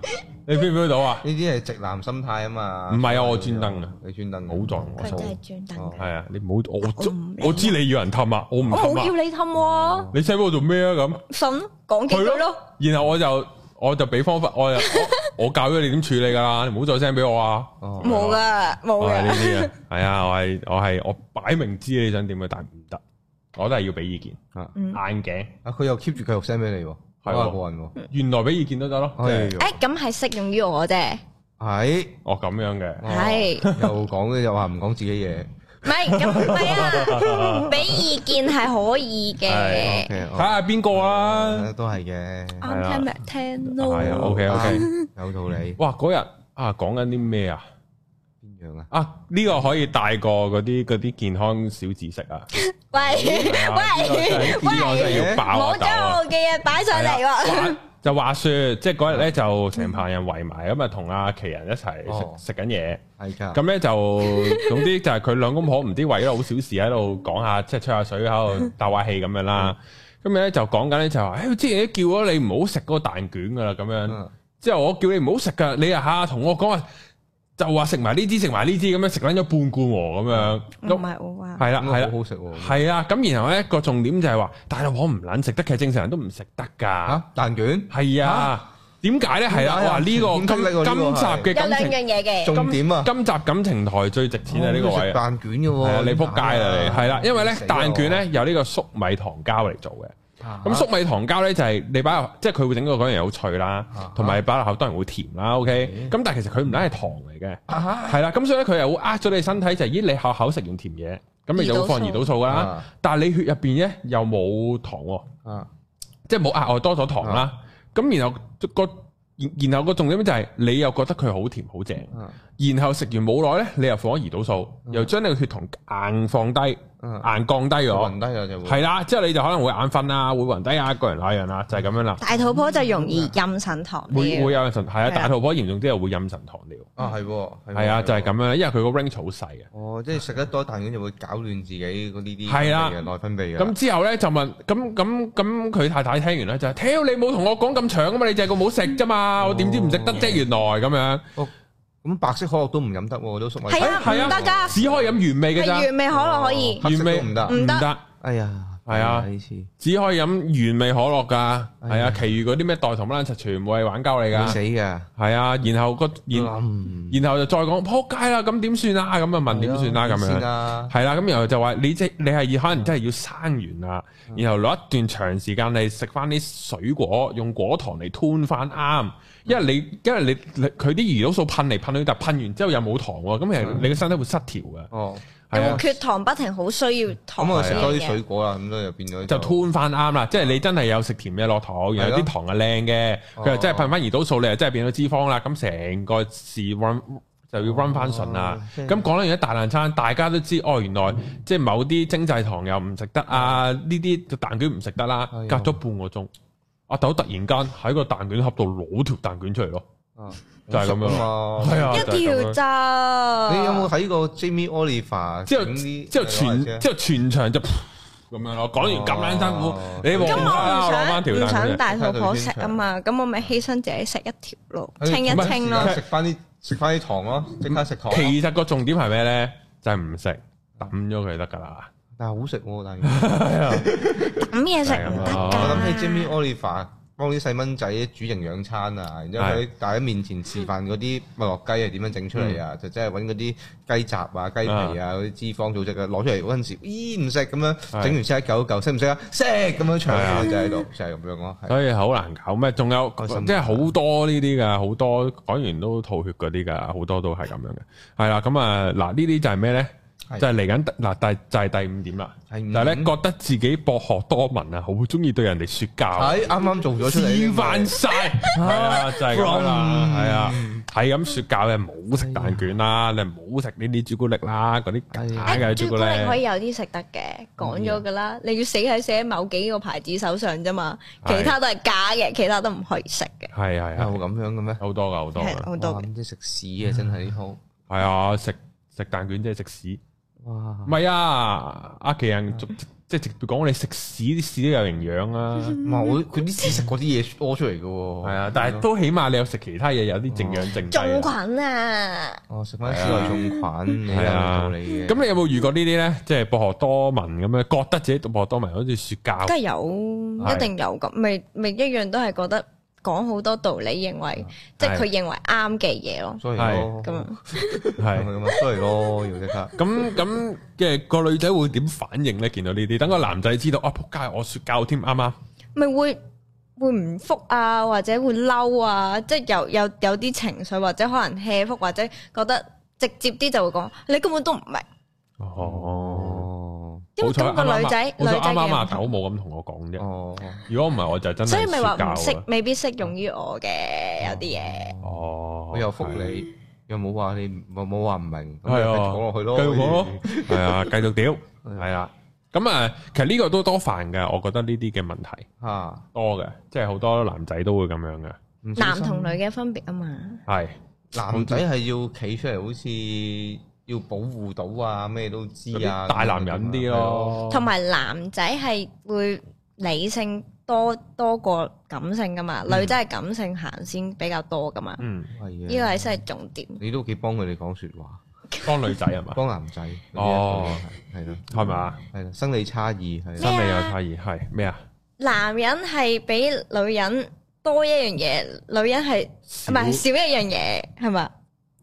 Speaker 1: 你 feel 唔 feel 到啊？
Speaker 2: 呢啲係直男心態啊嘛。
Speaker 1: 唔係啊我專登啊，
Speaker 2: 你專登
Speaker 1: 好撞我
Speaker 3: 佢
Speaker 1: 數
Speaker 3: 真，係專登
Speaker 2: 哦
Speaker 1: 係啊，你唔好我
Speaker 3: 我唔理
Speaker 1: 我知你要人氹啊，我唔
Speaker 3: 我
Speaker 1: 氹
Speaker 3: 冇叫
Speaker 1: 啊，
Speaker 3: 你氹喎，
Speaker 1: 你 send 俾我做咩啊咁？
Speaker 3: 信咯講幾句
Speaker 1: 係
Speaker 3: 咯。
Speaker 1: 然後我就我就俾方法，我就我我 教咗你點處理噶啦，你唔好再 send 俾我啊！
Speaker 2: 哦
Speaker 3: 冇噶，冇
Speaker 1: 我係呢
Speaker 3: 噶，
Speaker 1: 啲啊，係啊，我係我係我擺明知你想點嘅，但係唔得，我都係要俾意見，
Speaker 2: 啊
Speaker 3: 嗯
Speaker 1: 硬頸，
Speaker 2: 啊！佢又 keep 住繼續 send 俾你喎，
Speaker 1: 係
Speaker 2: 係
Speaker 1: 喎
Speaker 2: 啊，過癮喎。
Speaker 1: 原來俾意見都得咯，即
Speaker 2: 哎
Speaker 1: 係
Speaker 2: 呦
Speaker 3: 誒，咁係適用於我啫，
Speaker 2: 係
Speaker 1: 哦咁樣嘅。
Speaker 2: 哦
Speaker 3: 係
Speaker 2: 又講嘅又話唔講自己嘢，
Speaker 3: 唔係咁唔係 啊，俾意見係可以嘅。
Speaker 2: OK，
Speaker 1: 睇下邊個啦。
Speaker 2: 都係嘅，
Speaker 3: 啱
Speaker 1: 啊
Speaker 3: 聽咪聽
Speaker 1: 係啊
Speaker 3: 咯，
Speaker 1: ，OK OK。
Speaker 2: 有道理。
Speaker 1: 哇！嗰日啊，講緊啲咩啊？
Speaker 2: 邊樣啊？
Speaker 1: 啊，呢、個可以大過嗰啲嗰啲健康小知識啊！係啊呢個真係呢個真係
Speaker 3: 喂
Speaker 1: 要
Speaker 3: 唔
Speaker 1: 爆
Speaker 3: 好
Speaker 1: 啊豆
Speaker 3: 將
Speaker 1: 啊！
Speaker 3: 我嘅嘢擺上嚟喎。
Speaker 1: 話就話説，即係嗰日咧就成棚人圍埋咁啊，同阿奇人一齊
Speaker 2: 哦
Speaker 1: 食食緊嘢。
Speaker 2: 係㗎。
Speaker 1: 咁咧就啊 總之就係佢兩公婆唔知為咗好小事喺度講下，即係吹下水喺度 嗯鬥下氣咁樣啦。咁咧就講緊咧就話，誒、之前都叫咗你唔好食嗰個蛋卷噶啦，咁樣。
Speaker 2: 嗯
Speaker 1: 之後我叫你唔好食噶，你啊下同我講話就話食埋呢支食埋呢支咁樣，食緊咗半罐喎咁樣。
Speaker 3: 唔
Speaker 1: 咁
Speaker 3: 係我話，
Speaker 1: 係啦
Speaker 2: 咁
Speaker 1: 係
Speaker 2: 好
Speaker 1: 啦
Speaker 2: 好食喎。
Speaker 1: 係啦，咁然後咧個重點就係話，大陸婆唔撚食得，其實正常人都唔食得㗎。
Speaker 2: 嚇蛋卷，
Speaker 1: 係啊，點解咧？係啦，
Speaker 2: 點解啊
Speaker 1: 哇！呢個今
Speaker 2: 點得呢個呢個
Speaker 1: 今集嘅
Speaker 3: 有
Speaker 1: 感
Speaker 3: 兩
Speaker 1: 情，
Speaker 3: 樣嘢嘅。
Speaker 2: 重點啊！
Speaker 1: 今集感情台最值錢啊！呢個
Speaker 2: 我都
Speaker 1: 位
Speaker 2: 食
Speaker 1: 啊。
Speaker 2: 蛋卷嘅
Speaker 1: 係啊，
Speaker 2: 喎，
Speaker 1: 你仆街啦你，係啦，因為咧
Speaker 2: 死啊
Speaker 1: 蛋卷咧有呢個粟米糖膠嚟做嘅，
Speaker 2: 我，
Speaker 1: 咁粟米糖膠咧就係你擺入，即係佢會整到嗰樣嘢好脆啦
Speaker 2: 啊，
Speaker 1: 同埋擺落口當然會甜啦，OK，咁但係其實佢唔單係糖嚟嘅，
Speaker 2: 啊
Speaker 1: 係啦，咁所以咧佢又會呃咗你身體就係咦你口口食完甜嘢，咁你就會放胰
Speaker 3: 胰
Speaker 1: 島
Speaker 3: 島
Speaker 1: 素㗎啦
Speaker 2: 啊，
Speaker 1: 但係你血入邊咧又冇糖喎。
Speaker 2: 啊
Speaker 1: 即係冇額外多咗糖啦。咁然後個然然後個重點就係你又覺得佢好甜好正，
Speaker 2: 啊
Speaker 1: 然後食完冇耐咧，你又放咗胰島素，又將你個血糖硬放低，
Speaker 2: 啊，
Speaker 1: 硬降低咗。
Speaker 2: 暈低啊就會
Speaker 1: 係啦，之後你就可能會眼瞓啊，會暈低啊，個人那樣啦，就係咁樣啦。
Speaker 3: 大肚婆就容易妊娠糖
Speaker 1: 會
Speaker 3: 尿
Speaker 1: 會，有妊娠，係啊，
Speaker 3: 係啊
Speaker 1: 大肚婆嚴重啲又會妊娠糖尿，
Speaker 2: 啊係喎，
Speaker 1: 係啊，
Speaker 2: 喎
Speaker 1: 就係咁。樣啦，因為佢個 range 好細啊嘅。
Speaker 2: 哦，即係食得多蛋卷就會搞亂自己嗰呢啲
Speaker 1: 係啊啦
Speaker 2: 分泌嘅內分泌嘅。啊
Speaker 1: 咁之後咧就問，咁咁咁佢太太聽完咧就係，屌你冇同我講咁長啊嘛，你就係個冇食啫嘛，我點知唔食得啫？原來咁樣，
Speaker 2: 咁白色可樂都唔飲得喎，都粟米。
Speaker 3: 係啊，
Speaker 1: 係啊
Speaker 3: 唔得㗎，
Speaker 1: 只可以飲原味嘅咋哦啊
Speaker 3: 係。原味可樂可以。
Speaker 2: 黑色
Speaker 1: 原味
Speaker 2: 都唔得
Speaker 3: 嗯。
Speaker 1: 唔
Speaker 3: 唔得
Speaker 1: 得，
Speaker 2: 哎呀，
Speaker 1: 係啊
Speaker 2: 呢次
Speaker 1: 只可以飲原味可樂噶，係啊，
Speaker 2: 哎呀
Speaker 1: 其餘嗰啲咩代糖、乜撚柒，全部係玩鳩嚟
Speaker 2: 會
Speaker 1: 噶
Speaker 2: 死，㗎。
Speaker 1: 係啊，然後個然
Speaker 2: 嗯
Speaker 1: 然後就再講撲街啦，咁點算啊？咁啊問點算啦？咁
Speaker 2: 先
Speaker 1: 樣
Speaker 2: 嗯啦。
Speaker 1: 係啦，咁然後就話你即你係可能真係要生完啦，然後攞一段長時間嚟食翻啲水果，用果糖嚟吞翻啱，因為你因為你你佢啲胰島素噴嚟噴去，但係噴完之後又冇糖喎，咁其實你個身體會失調嘅，
Speaker 2: 哦，
Speaker 3: 有
Speaker 1: 係啊
Speaker 3: 冇。缺糖不停好需要糖
Speaker 2: 咁我食
Speaker 3: 呢樣
Speaker 2: 多啲
Speaker 3: 嘢
Speaker 2: 水果啦，咁所以就變咗
Speaker 1: 啊就吞翻啱
Speaker 2: 哦
Speaker 1: 啦，即係你真係有食甜嘢落糖，然後啲糖係靚嘅，
Speaker 2: 哦
Speaker 1: 佢又真係噴翻胰島素，你又真係變咗脂肪啦，咁成個事 run 就要 run 翻順啦。
Speaker 2: 哦
Speaker 1: 啊咁講完一大爛餐，大家都知哦，原
Speaker 2: 嗯
Speaker 1: 來即係某啲精製糖又唔食得啊，呢啲蛋卷唔食得啦
Speaker 2: 係啊，
Speaker 1: 隔咗半個鐘。阿豆突然間喺個蛋卷盒度攞條蛋卷出嚟咯，
Speaker 2: 啊
Speaker 1: 就係咁樣
Speaker 2: 好熟
Speaker 1: 係
Speaker 2: 啊嘛。
Speaker 1: 啊，就係
Speaker 3: 一
Speaker 1: 咁樣
Speaker 3: 條咋？
Speaker 2: 你有冇睇過 Jamie Oliver
Speaker 1: 之後
Speaker 2: 整啲啊
Speaker 1: 之後
Speaker 2: 係咯
Speaker 1: 全之後全場就咁樣咯，講完咁撚辛苦
Speaker 2: 哦，
Speaker 1: 你
Speaker 3: 咁
Speaker 1: 冇啦，攞
Speaker 3: 我
Speaker 1: 翻條
Speaker 3: 唔想唔
Speaker 1: 蛋卷出嚟
Speaker 3: 想。大肚婆食啊嘛，咁我咪犧牲自己食一條咯，
Speaker 2: 哎
Speaker 3: 清一
Speaker 1: 唔係
Speaker 3: 清
Speaker 1: 時
Speaker 3: 咯
Speaker 1: 間。
Speaker 2: 食翻啲食翻啲糖咯，即刻食糖。
Speaker 1: 其實個重點係咩咧？就係唔食，抌咗佢得㗎啦。
Speaker 2: 但係好食喎，但係
Speaker 3: 咁嘢食唔得
Speaker 1: 係啊
Speaker 2: 我諗起
Speaker 3: 㗎。
Speaker 2: Jimmy Oliver 幫啲細蚊仔煮營養餐啊，然之後喺大家面前示範嗰啲麥樂雞係點樣整出嚟啊，就真係揾嗰啲雞雜啊、雞皮啊、嗰啲脂肪組織啊攞出嚟嗰陣時，咦唔食咁樣，整完先一嚿一嚿，食唔食啊？食咁樣
Speaker 1: 係啊
Speaker 2: 搶就喺度，就係咁樣咯。係
Speaker 1: 所以好難搞咩？仲有
Speaker 2: 開心
Speaker 1: 即係好多呢啲㗎，好多講完都吐血嗰啲㗎，好多都係咁樣嘅。係啦，咁啊嗱，呢啲就係咩咧？
Speaker 2: 係嗯
Speaker 1: 就係嚟緊嗱，但係就係第五點啦。
Speaker 2: 係
Speaker 1: 就係咧，覺得自己博學多聞啊，好中意對人哋説教，
Speaker 2: 係啱啱做咗出嚟
Speaker 1: 示
Speaker 2: 已經
Speaker 1: 範 晒係啊，就係咁樣啦，
Speaker 2: From-
Speaker 1: 係啊，係咁説教你唔好食蛋卷啦，你唔好食呢啲朱古力啦，嗰啲假嘅
Speaker 3: 誒
Speaker 1: 朱
Speaker 3: 哎朱
Speaker 1: 古
Speaker 3: 古
Speaker 1: 力。嗯
Speaker 3: 力可以有啲食得嘅，講咗㗎啦。你要死喺死喺某幾個牌子手上啫嘛，
Speaker 1: 係
Speaker 3: 其他都係假嘅，其他都唔可以食嘅。
Speaker 1: 係係
Speaker 2: 有
Speaker 1: 係，
Speaker 2: 咁樣嘅咩？
Speaker 1: 好多㗎好多㗎
Speaker 3: 係。好多
Speaker 2: 哇！
Speaker 3: 嘅。
Speaker 2: 咁即係食屎啊，真係好
Speaker 1: 系啊，食食蛋卷即系食屎，
Speaker 2: 哇
Speaker 1: 唔！系啊，阿奇
Speaker 3: 嗯
Speaker 1: 人逐即系直接讲我哋食屎啲屎都有營養啊，
Speaker 2: 唔係我佢啲屎食嗰啲嘢屙出嚟嘅喎。
Speaker 1: 係啊，但
Speaker 2: 嗯
Speaker 1: 係都起碼你有食其他嘢，有啲營養剩低
Speaker 3: 種
Speaker 1: 啊。
Speaker 3: 菌啊，
Speaker 2: 哦，食翻屎內種菌，你有
Speaker 1: 係啊
Speaker 2: 道理嘅。
Speaker 1: 咁你有冇遇過呢啲咧？即係博學多聞咁樣，覺得自己博學多聞，好似说教
Speaker 3: 梗係有，
Speaker 1: 哦係
Speaker 3: 一定有咁，咪咪一樣都係覺得講好多道理，認為
Speaker 1: 嗯
Speaker 3: 即係佢認為啱嘅嘢咯，
Speaker 2: 所以咯，
Speaker 3: 咁啊樣。
Speaker 2: 係咪
Speaker 1: 係
Speaker 2: 咁啊？所以咯，要即刻。
Speaker 1: 咁咁嘅個女仔會點反應咧？見到呢啲，等個男仔知道啊，仆街，我说教添，啱啱？啊
Speaker 3: 咪會會唔復啊，或者會嬲啊，即係有有有啲情緒，或者可能 hea 復，或者覺得直接啲就會講你根本都唔明，
Speaker 1: 哦，
Speaker 3: 因為
Speaker 1: 好彩
Speaker 3: 咁個女仔
Speaker 1: 啱啱
Speaker 3: 女仔
Speaker 1: 啱
Speaker 3: 嘅
Speaker 1: 啱阿豆
Speaker 3: 唔同
Speaker 1: 冇咁同我講啫。
Speaker 2: 哦，
Speaker 1: 如果唔係，我就真係
Speaker 3: 所以咪話
Speaker 1: 説
Speaker 3: 唔
Speaker 1: 教
Speaker 3: 適
Speaker 1: 啊，
Speaker 3: 未必適用於我嘅有啲嘢。
Speaker 1: 哦，
Speaker 2: 我又复你，又冇話你冇冇話唔明，咁
Speaker 1: 係
Speaker 2: 又
Speaker 1: 啊，
Speaker 2: 繼續講落去咯，
Speaker 1: 繼續講咯，係啊，繼續 屌，係啊。咁啊，其實呢個都多煩嘅，我覺得呢啲嘅問題
Speaker 2: 吓，
Speaker 1: 多嘅，即係好多男仔都會咁樣嘅，
Speaker 2: 唔小
Speaker 3: 男
Speaker 2: 心
Speaker 3: 同女嘅分別啊嘛，
Speaker 1: 係
Speaker 2: 男仔係要企出嚟，好似要保護到啊，咩都知
Speaker 1: 有
Speaker 2: 啊，
Speaker 1: 啲大男人啲咯，
Speaker 3: 同埋男仔係會理性多多過感性噶嘛，
Speaker 1: 嗯
Speaker 3: 女仔係感性行先比較多噶嘛，
Speaker 1: 嗯，
Speaker 2: 咁樣，係啊
Speaker 3: 呢個係真係重點。
Speaker 2: 你都幾幫佢哋講説話，
Speaker 1: 幫女仔係
Speaker 3: 啊
Speaker 1: 嘛，
Speaker 2: 幫男仔
Speaker 1: 哦，
Speaker 2: 係咯，
Speaker 1: 係咪啊？
Speaker 2: 係啦，生理差異係啊
Speaker 1: 心
Speaker 2: 啦
Speaker 3: 咩
Speaker 1: 理有差異係咩啊？
Speaker 3: 男人係比女人多一樣嘢，女人係唔係
Speaker 1: 少
Speaker 3: 少一樣嘢係嘛？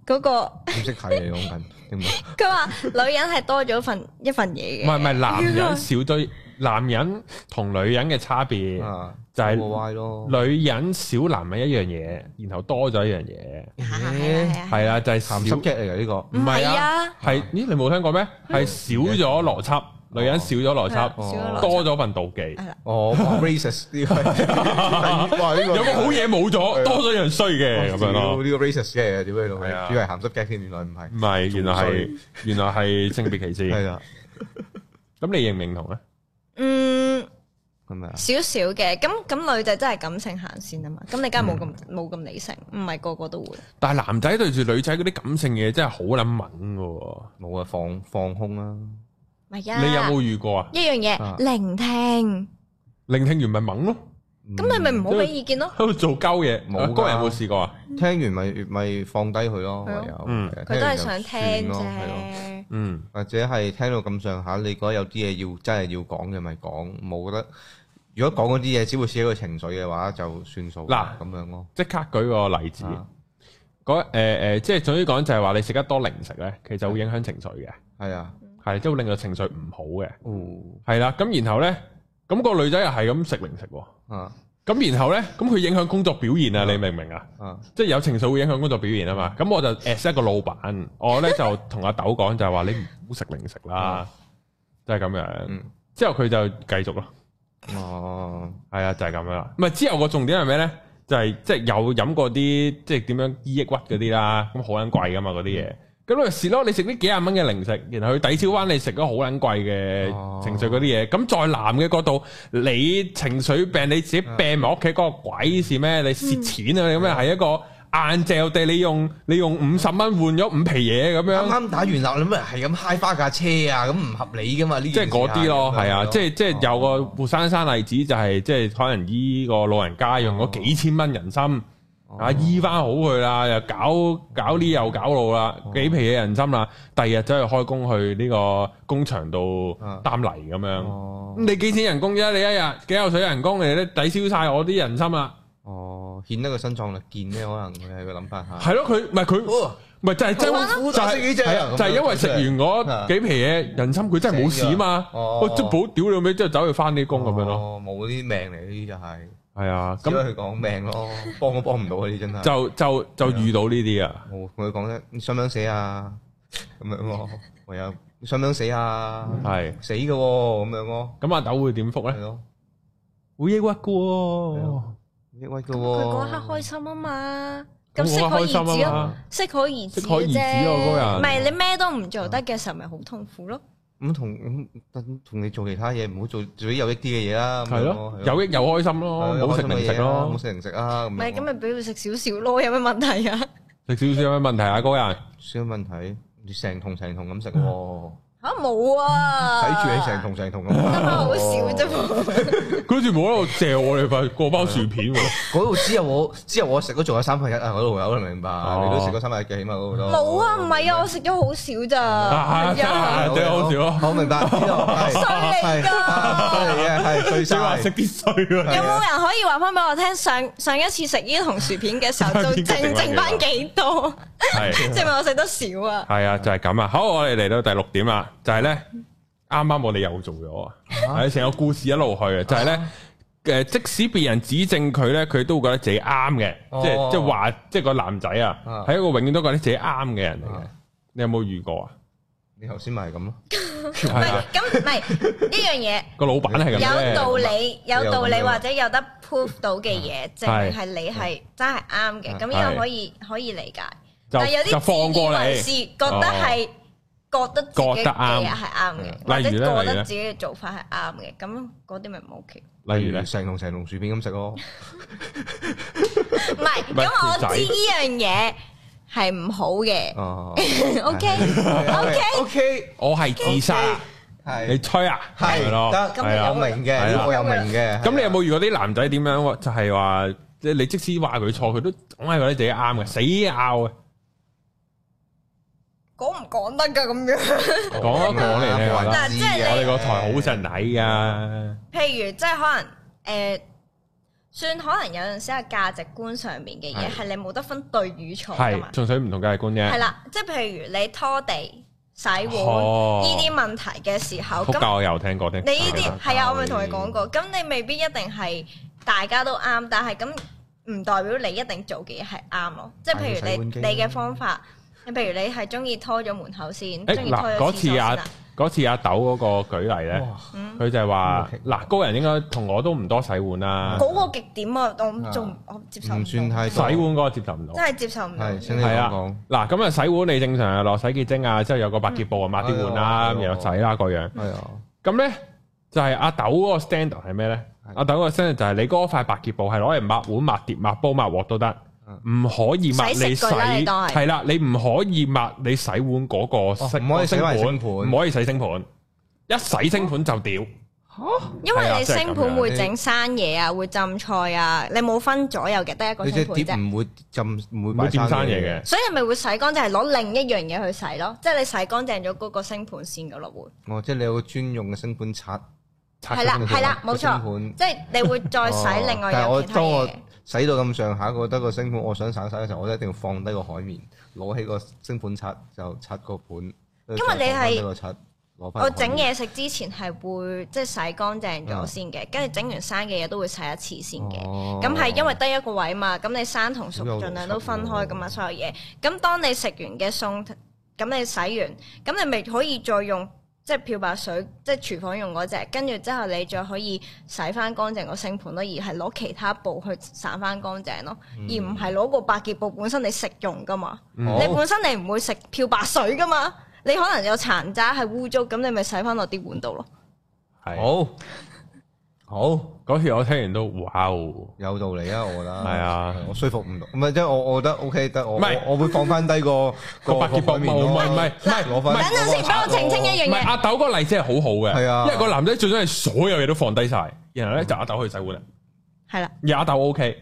Speaker 3: 嗰、個
Speaker 2: 點識睇你講緊點解？
Speaker 3: 佢話女人係多咗份 一份
Speaker 1: 唔
Speaker 3: 嘢
Speaker 1: 係唔
Speaker 3: 嘅，
Speaker 1: 係 男人少咗，男人同女人嘅差別
Speaker 2: 啊，
Speaker 1: 就係
Speaker 2: 冇歪咯，
Speaker 1: 女人少男人一樣嘢，然後多咗一樣嘢，
Speaker 3: 係啊係啊係啊
Speaker 1: 係啦，就係
Speaker 2: 鹹
Speaker 1: 少
Speaker 2: 濕。劇嚟嘅呢個。
Speaker 3: 唔係啊，
Speaker 1: 係，咦？你冇聽過咩？係少
Speaker 2: 嗯
Speaker 1: 咗邏輯，女人少咗邏
Speaker 3: 少
Speaker 1: 輯，
Speaker 3: 咗
Speaker 2: 啊
Speaker 3: 邏輯
Speaker 1: 多咗份妒忌。
Speaker 2: 哦哇，racist 呢個 係，哇呢
Speaker 1: 有
Speaker 2: 個
Speaker 1: 個好嘢冇
Speaker 2: 係啊哦
Speaker 1: 咗，多咗樣衰嘅咁樣咯。
Speaker 2: 呢個 racist 嘅點解老
Speaker 1: 係啊
Speaker 2: 味，以為鹹濕劇添，原來唔係
Speaker 1: 唔，係，原來係原來係性別歧視。
Speaker 2: 係啦，
Speaker 1: 咁你認唔認同咧？
Speaker 3: 嗯。
Speaker 2: 咁啊，
Speaker 3: 少少嘅，咁咁女仔真係感性行先啊嘛，咁你梗係冇咁冇咁理性，唔係個個都會。
Speaker 1: 但係男仔對住女仔嗰啲感性嘢真係好撚猛嘅喎。
Speaker 2: 冇啊，放放空啦，
Speaker 3: 唔係啊，
Speaker 1: 你有冇遇過啊？
Speaker 3: 一樣
Speaker 2: 啊
Speaker 3: 嘢聆聽？
Speaker 1: 聆聽完咪猛咯，
Speaker 3: 咁你咪唔好俾意見咯。
Speaker 1: 喺度做鳩嘢。
Speaker 2: 冇
Speaker 1: 啊
Speaker 2: 㗎
Speaker 1: 嗰人有冇試過啊？
Speaker 2: 嗯聽完咪咪放低佢咯，唯
Speaker 3: 係咯
Speaker 2: 有
Speaker 1: 嗯
Speaker 2: 係啊
Speaker 3: 佢都係
Speaker 2: 聽完就算
Speaker 3: 想聽
Speaker 2: 咯係咯
Speaker 3: 啫。
Speaker 1: 嗯，
Speaker 2: 或者係聽到咁上下，你覺得有啲嘢要真係要講嘅咪講，冇覺得。如果講嗰啲嘢只會寫個情緒嘅話，就算數
Speaker 1: 嗱
Speaker 2: 咁樣咯。
Speaker 1: 即刻舉個例子。
Speaker 2: 啊
Speaker 1: 嗰誒誒，即係總之講就係話你食得多零食咧，其實會影響情緒嘅，
Speaker 2: 係啊，
Speaker 1: 係即係會令到情緒唔好嘅，
Speaker 2: 哦
Speaker 1: 係啦。咁然後咧，咁、個女仔又係咁食零食喎，
Speaker 2: 啊
Speaker 1: 咁然後咧，咁佢影響工作表現啊，你明唔明啊？
Speaker 2: 啊
Speaker 1: 即係有情緒會影響工作表現啊嘛。咁我就 as 一個老闆，我咧就同阿豆講就係話你唔好食零食啦，就係咁樣
Speaker 2: 嗯。
Speaker 1: 之後佢就繼續咯，
Speaker 2: 哦，
Speaker 1: 係啊，就係咁樣啦。唔係之後個重點係咩咧？就係即係有飲過啲即係點樣醫抑鬱嗰啲啦，咁好撚貴噶嘛嗰啲嘢。咁咪試咯，你食啲幾廿蚊嘅零食，然後佢抵消翻你食咗好撚貴
Speaker 2: 哦
Speaker 1: 嘅情緒嗰啲嘢。咁在男嘅角度，你情緒病你自己病埋屋企嗰個鬼事咩？你蝕錢啊！你咁樣係一個晏晝地，你用你用五十蚊換咗五皮嘢咁
Speaker 2: 啱
Speaker 1: 樣，
Speaker 2: 啱打完啦，你咪係咁嗨花架車啊，咁唔合理噶嘛？呢
Speaker 1: 即係嗰啲咯，係啊，即係即係有個
Speaker 2: 個
Speaker 1: 活生生例子就係即係可能醫個老人家用咗幾千蚊人參。
Speaker 2: 哦
Speaker 1: 啊，醫翻好佢啦，又搞搞呢又搞路啦，幾皮嘢人心啦，第二日走去開工去呢個工場度
Speaker 2: 啊
Speaker 1: 擔泥咁樣。
Speaker 2: 哦
Speaker 1: 咁你幾錢人工啫？你一日幾有水人工你咧抵消晒我啲人心啦。
Speaker 2: 哦，顯得個身壯力健咧，可能佢係個諗法嚇。
Speaker 1: 係咯，佢唔係佢，
Speaker 2: 哦
Speaker 1: 唔係就係真
Speaker 2: 好啊
Speaker 1: 就
Speaker 2: 好啊食
Speaker 1: 係
Speaker 2: 幾隻啊
Speaker 1: 係啊
Speaker 2: 咁樣啊
Speaker 1: 就係因為食完嗰幾皮嘢人心，佢真係冇事嘛。
Speaker 2: 死咗哦
Speaker 1: 我捉寶屌你尾，之後走去翻啲工咁樣咯。
Speaker 2: 哦，冇啲命嚟，呢啲就係。
Speaker 1: 係啊，
Speaker 2: 咁
Speaker 1: 咁
Speaker 2: 佢講命咯，幫都幫唔到啊！呢啲真係。
Speaker 1: 就就就遇到呢啲啊。
Speaker 2: 我同佢講咧，你想唔想死啊？咁樣 咯，唯有你想唔想死啊？
Speaker 1: 係
Speaker 2: 死嘅喎，咁樣咯，
Speaker 1: 咁阿豆會點覆
Speaker 2: 係
Speaker 1: 咧？
Speaker 2: 咯，
Speaker 1: 會抑鬱噶
Speaker 2: 係啊
Speaker 1: 喎。
Speaker 2: 抑鬱嘅喎。
Speaker 3: 佢嗰一刻開心啊嘛，咁
Speaker 1: 咁
Speaker 3: 適可
Speaker 1: 我開
Speaker 3: 而
Speaker 1: 心
Speaker 3: 止
Speaker 1: 啊
Speaker 3: 咯，
Speaker 1: 嘛，
Speaker 3: 適可而止
Speaker 1: 適可而止
Speaker 3: 啫。
Speaker 1: 啊嗰個人
Speaker 3: 唔係你咩都唔做得嘅時候，咪好痛苦咯。
Speaker 2: 咁同咁等同你做其他嘢，唔好做做啲有益啲嘅嘢啦。咁
Speaker 1: 係
Speaker 2: 樣
Speaker 1: 咯，
Speaker 2: 係
Speaker 1: 有益又開心
Speaker 2: 係
Speaker 1: 咯，
Speaker 2: 有
Speaker 1: 唔好食
Speaker 2: 開心嘅
Speaker 1: 零食
Speaker 2: 嘢啊唔
Speaker 1: 咯
Speaker 2: 好，食零食啊。
Speaker 1: 嗯
Speaker 3: 唔
Speaker 2: 唔
Speaker 3: 係咁咪俾佢食少少咯，有咩問 題啊？
Speaker 1: 食少少有咩問題啊？嗰人
Speaker 2: 小問題，你成桶成桶咁食喎，
Speaker 3: 吓冇啊！
Speaker 2: 睇住你成桶成桶咁。
Speaker 3: 得翻好少啫
Speaker 1: 哦
Speaker 3: 嘛。
Speaker 1: 佢好似冇喺度借我哋 塊過包薯片喎，
Speaker 2: 嗰度之後我之後我食咗仲有三分一啊！嗰度有你明白？
Speaker 1: 哦
Speaker 2: 你都食咗三分一嘅，起碼嗰度都
Speaker 3: 冇啊，唔係啊，我食咗好少 咋。
Speaker 1: 啊
Speaker 3: 係啊
Speaker 1: 啊真係好少啊
Speaker 2: 我 明白，知道係
Speaker 3: 犀利㗎
Speaker 2: 係係係，最
Speaker 1: 你話
Speaker 2: 晒
Speaker 1: 食啲衰 喎，
Speaker 3: 有冇人可以話翻俾我聽上上一次食煙同薯片嘅時 候，就
Speaker 1: 邊個
Speaker 3: 正
Speaker 1: 食
Speaker 3: 正翻幾多？
Speaker 1: 係
Speaker 3: 證明我食得少啊！
Speaker 1: 係啊，就係咁啊。好，我哋嚟到第六點啦，就係咧，啱啱我哋又做咗啊，係成個故事一路去啊，就係咧。誒，即使別人指正佢咧，佢都會覺得自己啱嘅，
Speaker 2: 哦
Speaker 1: 即係即係話，即係個男仔啊，
Speaker 2: 啊
Speaker 1: 係一個永遠都覺得自己啱嘅人嚟嘅
Speaker 2: 啊。
Speaker 1: 你有冇遇過啊？
Speaker 2: 你頭先咪係咁咯，
Speaker 1: 啊
Speaker 3: 唔係咁，唔係呢樣嘢。
Speaker 1: 個老闆係咁
Speaker 3: 有道
Speaker 1: 啫，
Speaker 3: 理，有道理或者有得 prove 到嘅嘢，
Speaker 1: 嗯
Speaker 3: 證明係你係真係啱嘅，咁呢
Speaker 1: 係
Speaker 3: 個可以可以理解。但係有
Speaker 1: 就
Speaker 3: 啲
Speaker 1: 就放過
Speaker 3: 自以
Speaker 1: 你
Speaker 3: 為
Speaker 1: 哦
Speaker 3: 是，。覺得係覺得自己
Speaker 1: 覺得
Speaker 3: 嘅
Speaker 1: 啱嗯
Speaker 3: 嘢係啱嘅，
Speaker 1: 例
Speaker 3: 或者
Speaker 1: 如咧例
Speaker 3: 覺
Speaker 1: 如咧
Speaker 3: 得自己嘅做法係啱嘅，咁嗰啲咪唔 OK。
Speaker 1: 例如咧，
Speaker 2: 成籠成籠薯片咁食咯，
Speaker 3: 唔係，
Speaker 1: 唔係
Speaker 3: 咁我
Speaker 1: 條仔
Speaker 3: 知呢樣嘢係唔好 嘅。
Speaker 2: 哦
Speaker 3: OK，OK，
Speaker 2: OK，
Speaker 1: 我係自殺，啊你
Speaker 2: 係
Speaker 1: 吹啊，
Speaker 2: 係
Speaker 1: 咯，
Speaker 2: 得，
Speaker 3: 咁
Speaker 1: 係
Speaker 2: 我
Speaker 1: 啊
Speaker 3: 有。
Speaker 2: 明嘅，
Speaker 1: 係
Speaker 2: 呢
Speaker 1: 啦
Speaker 2: 個有明嘅。
Speaker 1: 咁你有冇遇過啲男仔點樣？就係話，即係你即使話佢錯，佢都總係覺得自己啱嘅，死拗啊嘅。
Speaker 3: 講唔講得㗎咁樣？
Speaker 1: 講一個嚟聽下啦
Speaker 3: 嗱即係你
Speaker 1: 我哋個台好神啊睇噶，
Speaker 3: 譬如即係可能誒。算可能有陣時係價值觀上面嘅嘢，
Speaker 1: 係
Speaker 3: 係你冇得分對與錯㗎嘛
Speaker 1: 係。純粹唔同價值觀
Speaker 3: 哦啊係
Speaker 1: 啫。
Speaker 3: 啦，即係譬如你拖地、洗碗呢
Speaker 1: 哦
Speaker 3: 啲問題嘅時候，
Speaker 1: 撲
Speaker 3: 咁
Speaker 1: 街我又聽過聽。
Speaker 3: 你呢啲係啊，我咪同你講
Speaker 2: 嗯
Speaker 3: 過，咁你未必一定係大家都啱，但係咁唔代表你一定做嘅嘢係啱咯。即係
Speaker 2: 買
Speaker 3: 譬如
Speaker 2: 個洗碗機
Speaker 3: 你你嘅方法，你譬如你係中意拖咗門口先，
Speaker 1: 誒
Speaker 3: 中意拖咗廁
Speaker 1: 嗱，
Speaker 3: 所
Speaker 1: 嗰次
Speaker 3: 先
Speaker 1: 阿
Speaker 3: 啦。
Speaker 1: 嗰次阿豆嗰個舉例咧，
Speaker 3: 嗯
Speaker 1: 佢就係話
Speaker 2: OK
Speaker 1: 嗱，高人應該同我都唔多洗碗啦，
Speaker 3: 嗰個極點啊，我仲
Speaker 2: 啊
Speaker 3: 我接受
Speaker 2: 唔算
Speaker 3: 到
Speaker 2: 太
Speaker 1: 洗碗嗰個接受唔到
Speaker 3: 真。係接受唔到。
Speaker 2: 係，請你
Speaker 1: 係
Speaker 2: 講
Speaker 1: 啊
Speaker 2: 講。，
Speaker 1: 嗱咁啊洗碗你正常啊落洗潔精啊，之後有個白潔布啊抹啲碗啦，
Speaker 2: 嗯
Speaker 1: 咁又洗啦嗰樣。
Speaker 2: 係啊，
Speaker 1: 咁咧就係阿豆嗰個 standard 係咩咧
Speaker 2: 係？
Speaker 1: 阿豆嗰個 standard 就係你嗰塊白潔布係攞嚟抹碗、抹碟、抹煲、抹鑊都得，
Speaker 2: 嗯
Speaker 1: 唔可以抹你
Speaker 3: 洗
Speaker 1: 洗
Speaker 3: 食具啦你當係
Speaker 1: 係啦，你唔可以抹你洗碗嗰個
Speaker 2: 哦
Speaker 1: 洗
Speaker 2: 唔可以洗埋
Speaker 1: 嗰個
Speaker 2: 星盤哦
Speaker 1: 唔可以洗星盤，一洗星盤就屌。
Speaker 3: 因為
Speaker 1: 係啊
Speaker 3: 你
Speaker 1: 真係咁
Speaker 3: 星
Speaker 1: 樣
Speaker 3: 盤會整生嘢啊，會浸菜啊，你冇分左右嘅，得一個
Speaker 2: 你
Speaker 3: 星
Speaker 2: 隻
Speaker 3: 盤
Speaker 2: 碟
Speaker 3: 啫。
Speaker 2: 唔會浸，唔會
Speaker 1: 唔會
Speaker 2: 擺
Speaker 1: 沾生
Speaker 2: 生
Speaker 1: 嘢嘅
Speaker 3: 所以咪會洗乾淨，係攞另一樣嘢去洗咯，即係你洗乾淨咗嗰個星盤先噶咯，會
Speaker 2: 哦，即係你有個專用嘅星盤刷。
Speaker 1: 拆
Speaker 3: 係啦
Speaker 2: 咗佢
Speaker 3: 係啦，
Speaker 2: 個
Speaker 3: 冇
Speaker 2: 星盤
Speaker 3: 錯，即係你會再 洗
Speaker 2: 哦
Speaker 3: 另外
Speaker 2: 但係我
Speaker 3: 有其他
Speaker 2: 當我
Speaker 3: 嘢。
Speaker 2: 洗到咁上下，覺得個星盤我想省洗嘅時候，我都一定要放低個海綿，攞起個星盤刷就刷個盤。因
Speaker 3: 因為你係
Speaker 2: 個刷，攞翻。
Speaker 3: 我整。嘢食之前係會即係洗乾淨咗先嘅，跟住整完生嘅嘢都會洗一次先嘅。
Speaker 2: 嗯哦
Speaker 3: 咁係因為得一個位嘛，咁你生同熟
Speaker 2: 咁有
Speaker 3: 盡量都分
Speaker 2: 邏輯
Speaker 3: 開
Speaker 2: 喎
Speaker 3: 噶嘛，所有嘢。咁當你食完嘅餸，咁你洗完，咁你咪可以再用即係漂白水，即係廚房用嗰只，跟住之後你再可以洗翻乾淨個星盤咯，而係攞其他布去散翻乾淨咯，
Speaker 2: 嗯
Speaker 3: 而唔係攞個百潔布本身你食用噶嘛。
Speaker 2: 好
Speaker 3: 你本身你唔會食漂白水噶嘛，你可能有殘渣係污糟，咁你咪洗翻落啲碗度咯。
Speaker 1: 好
Speaker 2: 好好
Speaker 1: 嗰次我聽完都哇哦！
Speaker 2: 有道理啊，我覺得
Speaker 1: 係啊
Speaker 2: 我說服唔到，唔係即係我我覺得 OK 得，我
Speaker 1: 唔係
Speaker 2: 我我會放翻低個
Speaker 1: 個百潔布
Speaker 2: 海綿
Speaker 1: 唔係唔
Speaker 2: 咯
Speaker 1: 係唔係
Speaker 2: 攞翻
Speaker 1: 唔
Speaker 3: 等
Speaker 1: 係
Speaker 3: 陣先，俾
Speaker 1: 哦
Speaker 3: 我澄清一樣
Speaker 1: 唔係
Speaker 3: 嘢。
Speaker 1: 阿豆嗰個例子係好好嘅，
Speaker 2: 係啊嗯
Speaker 1: 因為個男仔最終係所有嘢都放低晒，然後咧就阿豆去洗碗啦，
Speaker 3: 係啦，
Speaker 1: 而阿豆 O K，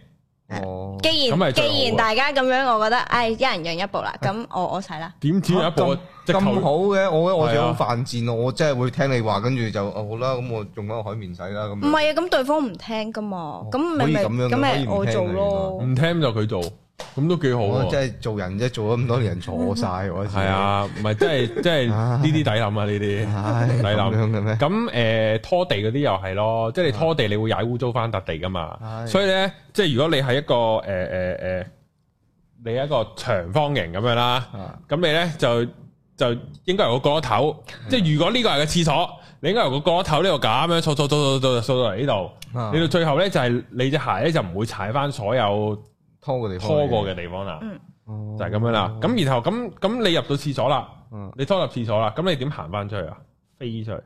Speaker 2: 哦，
Speaker 3: 既
Speaker 1: 咁咪
Speaker 3: 然
Speaker 1: 最好啊
Speaker 3: 既然大家咁樣，我覺得唉，一人讓 一步啦，咁我我使啦。
Speaker 1: 點知有一
Speaker 2: 啊咁
Speaker 1: 個直
Speaker 2: 咁好
Speaker 1: 頭
Speaker 2: 嘅，我我自己
Speaker 1: 係
Speaker 2: 好
Speaker 1: 啊
Speaker 2: 犯賤啊，我真係會聽你話，跟住就哦好啦，咁我用翻個海綿洗啦，咁
Speaker 3: 唔係啊，咁對方唔聽噶嘛，咁咪
Speaker 2: 可以
Speaker 3: 咪
Speaker 2: 咁樣嘅
Speaker 3: 咁
Speaker 2: 可以
Speaker 3: 咪
Speaker 2: 唔
Speaker 3: 我
Speaker 2: 聽
Speaker 3: 做
Speaker 2: 嘅
Speaker 3: 咯。
Speaker 1: 唔聽就佢做，咁都幾好
Speaker 2: 我
Speaker 1: 喎。
Speaker 2: 真哦係做人啫，做咗咁多年錯晒我
Speaker 1: 係，啊，唔係即 係即係呢啲抵諗啊，呢
Speaker 2: 唉
Speaker 1: 啲抵
Speaker 2: 咁
Speaker 1: 諗。
Speaker 2: 樣嘅咩？
Speaker 1: 咁誒拖地嗰啲又係咯，即係你拖地你會踩污糟翻笪地噶嘛，
Speaker 2: 啊係
Speaker 1: 所以咧即係如果你係一個誒誒誒，你一個長方形咁樣啦，
Speaker 2: 啊
Speaker 1: 咁你咧就就應該由個角頭，
Speaker 2: 嗯
Speaker 1: 即係如果呢個係個廁所，你應該由個角頭呢度咁樣掃掃掃掃掃掃到嚟呢
Speaker 2: 啊
Speaker 1: 度，你到最後咧就係你隻鞋咧就唔會踩翻所有
Speaker 2: 拖個地方嚟
Speaker 1: 拖過嘅地方啦，
Speaker 3: 嗯
Speaker 2: 哦
Speaker 1: 就係咁樣啦。咁然後咁咁你入到廁所啦
Speaker 2: 嗯，
Speaker 1: 你拖入廁所啦，咁你點行翻出去啊？飛出去，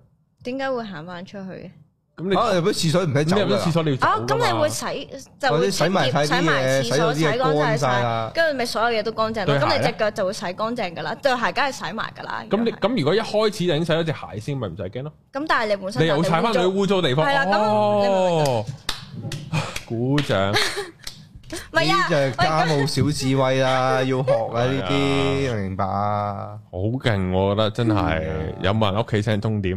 Speaker 3: 點解會行翻出去嘅？
Speaker 1: 咁你。
Speaker 2: 啊入咗廁所唔使走
Speaker 1: 咁你入咗
Speaker 2: 㗎
Speaker 1: 廁所你要走
Speaker 3: 哦，
Speaker 1: 㗎嘛
Speaker 3: 咁你會洗就
Speaker 2: 或者
Speaker 3: 會
Speaker 2: 洗埋
Speaker 3: 清潔
Speaker 2: 晒啲
Speaker 3: 洗埋
Speaker 2: 嘢
Speaker 3: 廁
Speaker 2: 洗到
Speaker 3: 所，
Speaker 2: 啲
Speaker 3: 洗
Speaker 2: 嘢
Speaker 3: 乾淨
Speaker 2: 乾晒
Speaker 3: 晒
Speaker 2: 啦，
Speaker 3: 跟住咪所有嘢都乾淨咯。
Speaker 1: 對鞋
Speaker 3: 咁你
Speaker 1: 咧
Speaker 3: 隻腳就會洗乾淨噶啦，對鞋梗係洗埋噶啦。
Speaker 1: 咁你
Speaker 3: 如果
Speaker 1: 咁如果一開始就已經洗咗隻鞋先，咪唔使驚咯。
Speaker 3: 係咁，但係你本身
Speaker 1: 你又
Speaker 3: 就
Speaker 1: 踩翻
Speaker 3: 污糟
Speaker 1: 去污糟地方。
Speaker 3: 係啦咁你明唔明
Speaker 1: 哦，鼓掌。
Speaker 3: 唔係啊
Speaker 2: 呢，就係
Speaker 3: 喂
Speaker 2: 家務小智慧啦，要學啊呢啲，明唔明 白啊？
Speaker 1: 好勁，我覺得真係
Speaker 2: 嗯
Speaker 1: 有冇人屋企請鐘點？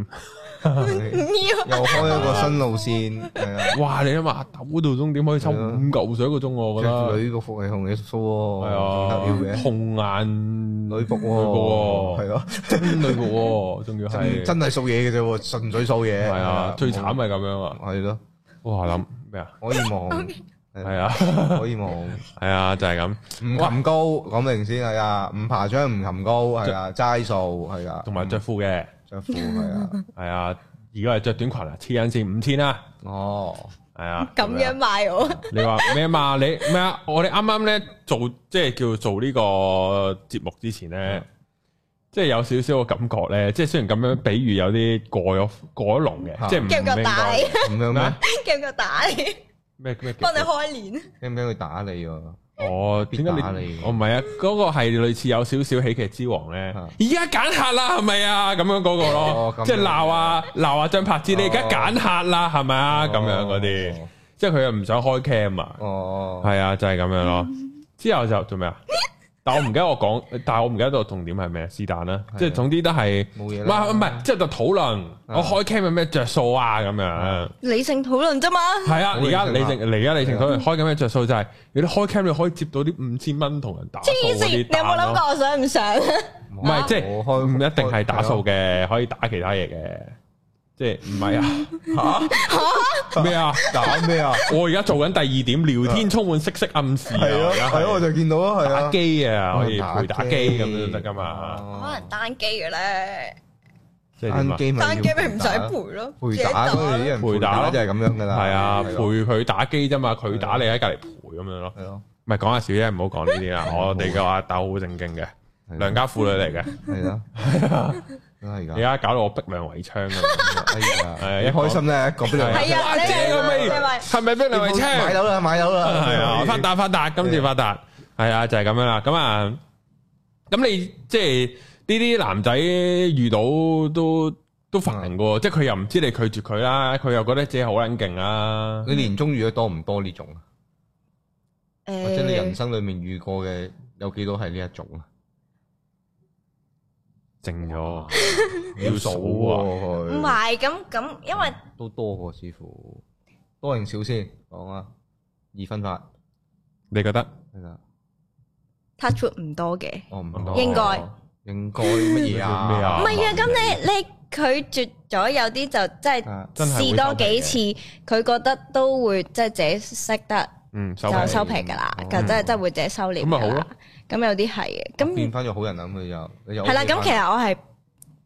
Speaker 3: 唔要
Speaker 2: 又開一個新路線，係啊，
Speaker 1: 哇！你諗下，豆度鐘點可以收五
Speaker 2: 係啊
Speaker 1: 嚿水一個鐘喎，我覺
Speaker 2: 着
Speaker 1: 得
Speaker 2: 女個服係紅嘅蘇喎，
Speaker 1: 係
Speaker 2: 仲得了
Speaker 1: 啊，
Speaker 2: 嘅，
Speaker 1: 紅眼
Speaker 2: 女服
Speaker 1: 服
Speaker 2: 喎，係
Speaker 1: 喎，
Speaker 2: 咯，
Speaker 1: 真 女服喎， 仲要
Speaker 2: 真
Speaker 1: 係啊
Speaker 2: 真嗯係掃嘢嘅啫喎，純粹掃嘢，
Speaker 1: 係啊，最慘係咁樣啊！
Speaker 2: 係咯，
Speaker 1: 哇諗咩啊？
Speaker 2: 可以望，係
Speaker 1: 係啊，
Speaker 2: 可以冇。
Speaker 1: 係啊，就係咁。
Speaker 2: 唔擒高，講明先係啊，唔爬窗唔擒高係啊，齋數係啊，
Speaker 1: 同埋着褲嘅，
Speaker 2: 着褲係啊，
Speaker 1: 係啊，而家係着短裙啊，黐緊線五千啦，
Speaker 2: 哦，
Speaker 1: 係啊。
Speaker 3: 咁樣賣我，
Speaker 1: 你話咩嘛？你咩啊？我哋啱啱咧做即係叫做呢個節目之前咧，即係有少少個感覺咧，即係雖然咁樣比喻有啲過咗過咗龍嘅，即係唔
Speaker 3: 夾腳
Speaker 1: 應
Speaker 3: 打
Speaker 1: 該
Speaker 3: 你，
Speaker 2: 咁樣咩？
Speaker 3: 夾腳打你，
Speaker 1: 咩咩
Speaker 3: 幫你開鏈。
Speaker 2: 驚唔驚佢打你喎？
Speaker 1: 哦，點解
Speaker 2: 必打
Speaker 1: 你
Speaker 2: 你？
Speaker 1: 我唔係啊，嗰個係類似有少少喜劇之王咧。
Speaker 2: 啊
Speaker 1: 而家揀客啦，係咪啊？咁樣嗰個
Speaker 2: 哦
Speaker 1: 咯，
Speaker 2: 咁
Speaker 1: 即係鬧啊鬧啊張柏芝，你而家揀客啦，係咪啊？咁樣嗰啲，
Speaker 2: 哦
Speaker 1: 即係佢又唔想開 cam 啊。
Speaker 2: 哦，
Speaker 1: 係啊，就係咁樣咯。之後就做咩啊？但我唔記得我講，但係我唔記得個重點係咩，是但啦。
Speaker 2: 係啊
Speaker 1: 即係總之都係
Speaker 2: 冇嘢
Speaker 1: 唔
Speaker 2: 啦啊
Speaker 1: 係唔係，即係就討論我開 cam 有咩着數啊咁樣。
Speaker 3: 理性討論啫嘛，
Speaker 1: 係啊，
Speaker 2: 好
Speaker 1: 而家
Speaker 2: 理
Speaker 1: 你
Speaker 2: 性化嗯
Speaker 1: 淨而家你淨所開緊咩着數就係，你啲開 cam 你可以接到啲五千蚊同人打數
Speaker 3: 黐
Speaker 1: 嗰
Speaker 3: 線！你有
Speaker 1: 啲
Speaker 3: 冇
Speaker 1: 單
Speaker 3: 諗
Speaker 1: 咯。
Speaker 3: 過我想唔想？
Speaker 1: 唔係即係
Speaker 2: 我
Speaker 1: 唔
Speaker 2: 開
Speaker 1: 一定係打數嘅，可以打其他嘢嘅，即係唔係 啊？吓咩啊？
Speaker 2: 打咩 啊？
Speaker 1: 我而家做緊第二點，聊天充滿色色暗示啊！
Speaker 2: 係咯，
Speaker 1: 而家
Speaker 2: 係咯，我就見到啊，係
Speaker 1: 打
Speaker 2: 啊，
Speaker 1: 機啊，可以
Speaker 2: 打
Speaker 1: 陪打機
Speaker 2: 機
Speaker 1: 咁樣都得噶嘛？
Speaker 3: 可
Speaker 2: 哦
Speaker 3: 能單機嘅咧，
Speaker 1: 即係點
Speaker 2: 單
Speaker 1: 啊？
Speaker 2: 機咪要
Speaker 3: 單機咪唔使
Speaker 2: 打
Speaker 3: 賠咯，
Speaker 2: 陪
Speaker 3: 自己
Speaker 2: 打咯，啲
Speaker 3: 咯
Speaker 2: 人
Speaker 1: 陪
Speaker 2: 陪
Speaker 1: 打咯
Speaker 2: 打就係咁樣噶啦。
Speaker 1: 係啊，陪
Speaker 2: 係咯啊
Speaker 1: 佢打機啫嘛，佢打你喺隔離陪咁樣咯。
Speaker 2: 係咯，
Speaker 1: 唔係講下笑啫，唔好講呢啲啦。
Speaker 2: 啊
Speaker 1: 我哋嘅阿豆好正經嘅，
Speaker 2: 係
Speaker 1: 良家婦女嚟嘅。
Speaker 2: 係咯，係啊，
Speaker 1: 而
Speaker 2: 係
Speaker 1: 家搞到我逼梁偉昌 咁
Speaker 2: 噶，係
Speaker 1: 係
Speaker 2: 啊，
Speaker 1: 一
Speaker 2: 你開心咧，講俾你
Speaker 1: 樣，
Speaker 3: 係啊
Speaker 1: 哇
Speaker 3: 你
Speaker 1: 正啊咪
Speaker 3: 你咪
Speaker 1: 係咪逼梁偉昌？
Speaker 2: 買樓啦，買樓啦，
Speaker 1: 係啊，發達發達，今次發達，係啊，就係咁樣啦。咁啊，咁你即係呢啲男仔遇到都都煩噶，即係佢又唔知你拒絕佢啦，佢又覺得自己好撚勁啊啦。
Speaker 2: 你年中遇得多唔多呢種？啊或者你人
Speaker 3: 誒，
Speaker 2: 生裡面遇過嘅有幾多係呢一種啊？
Speaker 1: 靜 咗，要
Speaker 2: 要數
Speaker 1: 數啊！
Speaker 2: 喎
Speaker 3: 唔
Speaker 2: 佢
Speaker 3: 係咁咁，因為
Speaker 2: 都多喎，似乎多定少先講啊？二分法
Speaker 1: 你覺得？
Speaker 2: 係啦，
Speaker 3: touch wood 唔多嘅。
Speaker 2: 我唔多
Speaker 3: 應該
Speaker 2: 應該乜嘢啊？
Speaker 1: 哦咩啊
Speaker 3: 唔係啊，咁你你拒絕咗有啲就即係
Speaker 2: 啊
Speaker 1: 真係會
Speaker 3: 試
Speaker 1: 收皮
Speaker 3: 多
Speaker 1: 嘅
Speaker 3: 幾次，佢覺得都會即係自己識得
Speaker 1: 嗯，收皮
Speaker 3: 就收皮㗎啦，
Speaker 2: 哦
Speaker 3: 就真係真係會自己收斂
Speaker 1: 咁咪好
Speaker 3: 㗎啦
Speaker 1: 咯。
Speaker 3: 咁有啲係嘅，
Speaker 2: 變
Speaker 3: 咁
Speaker 2: 翻咗好人啊啦，咁佢就你就
Speaker 3: 係啦。咁其實我係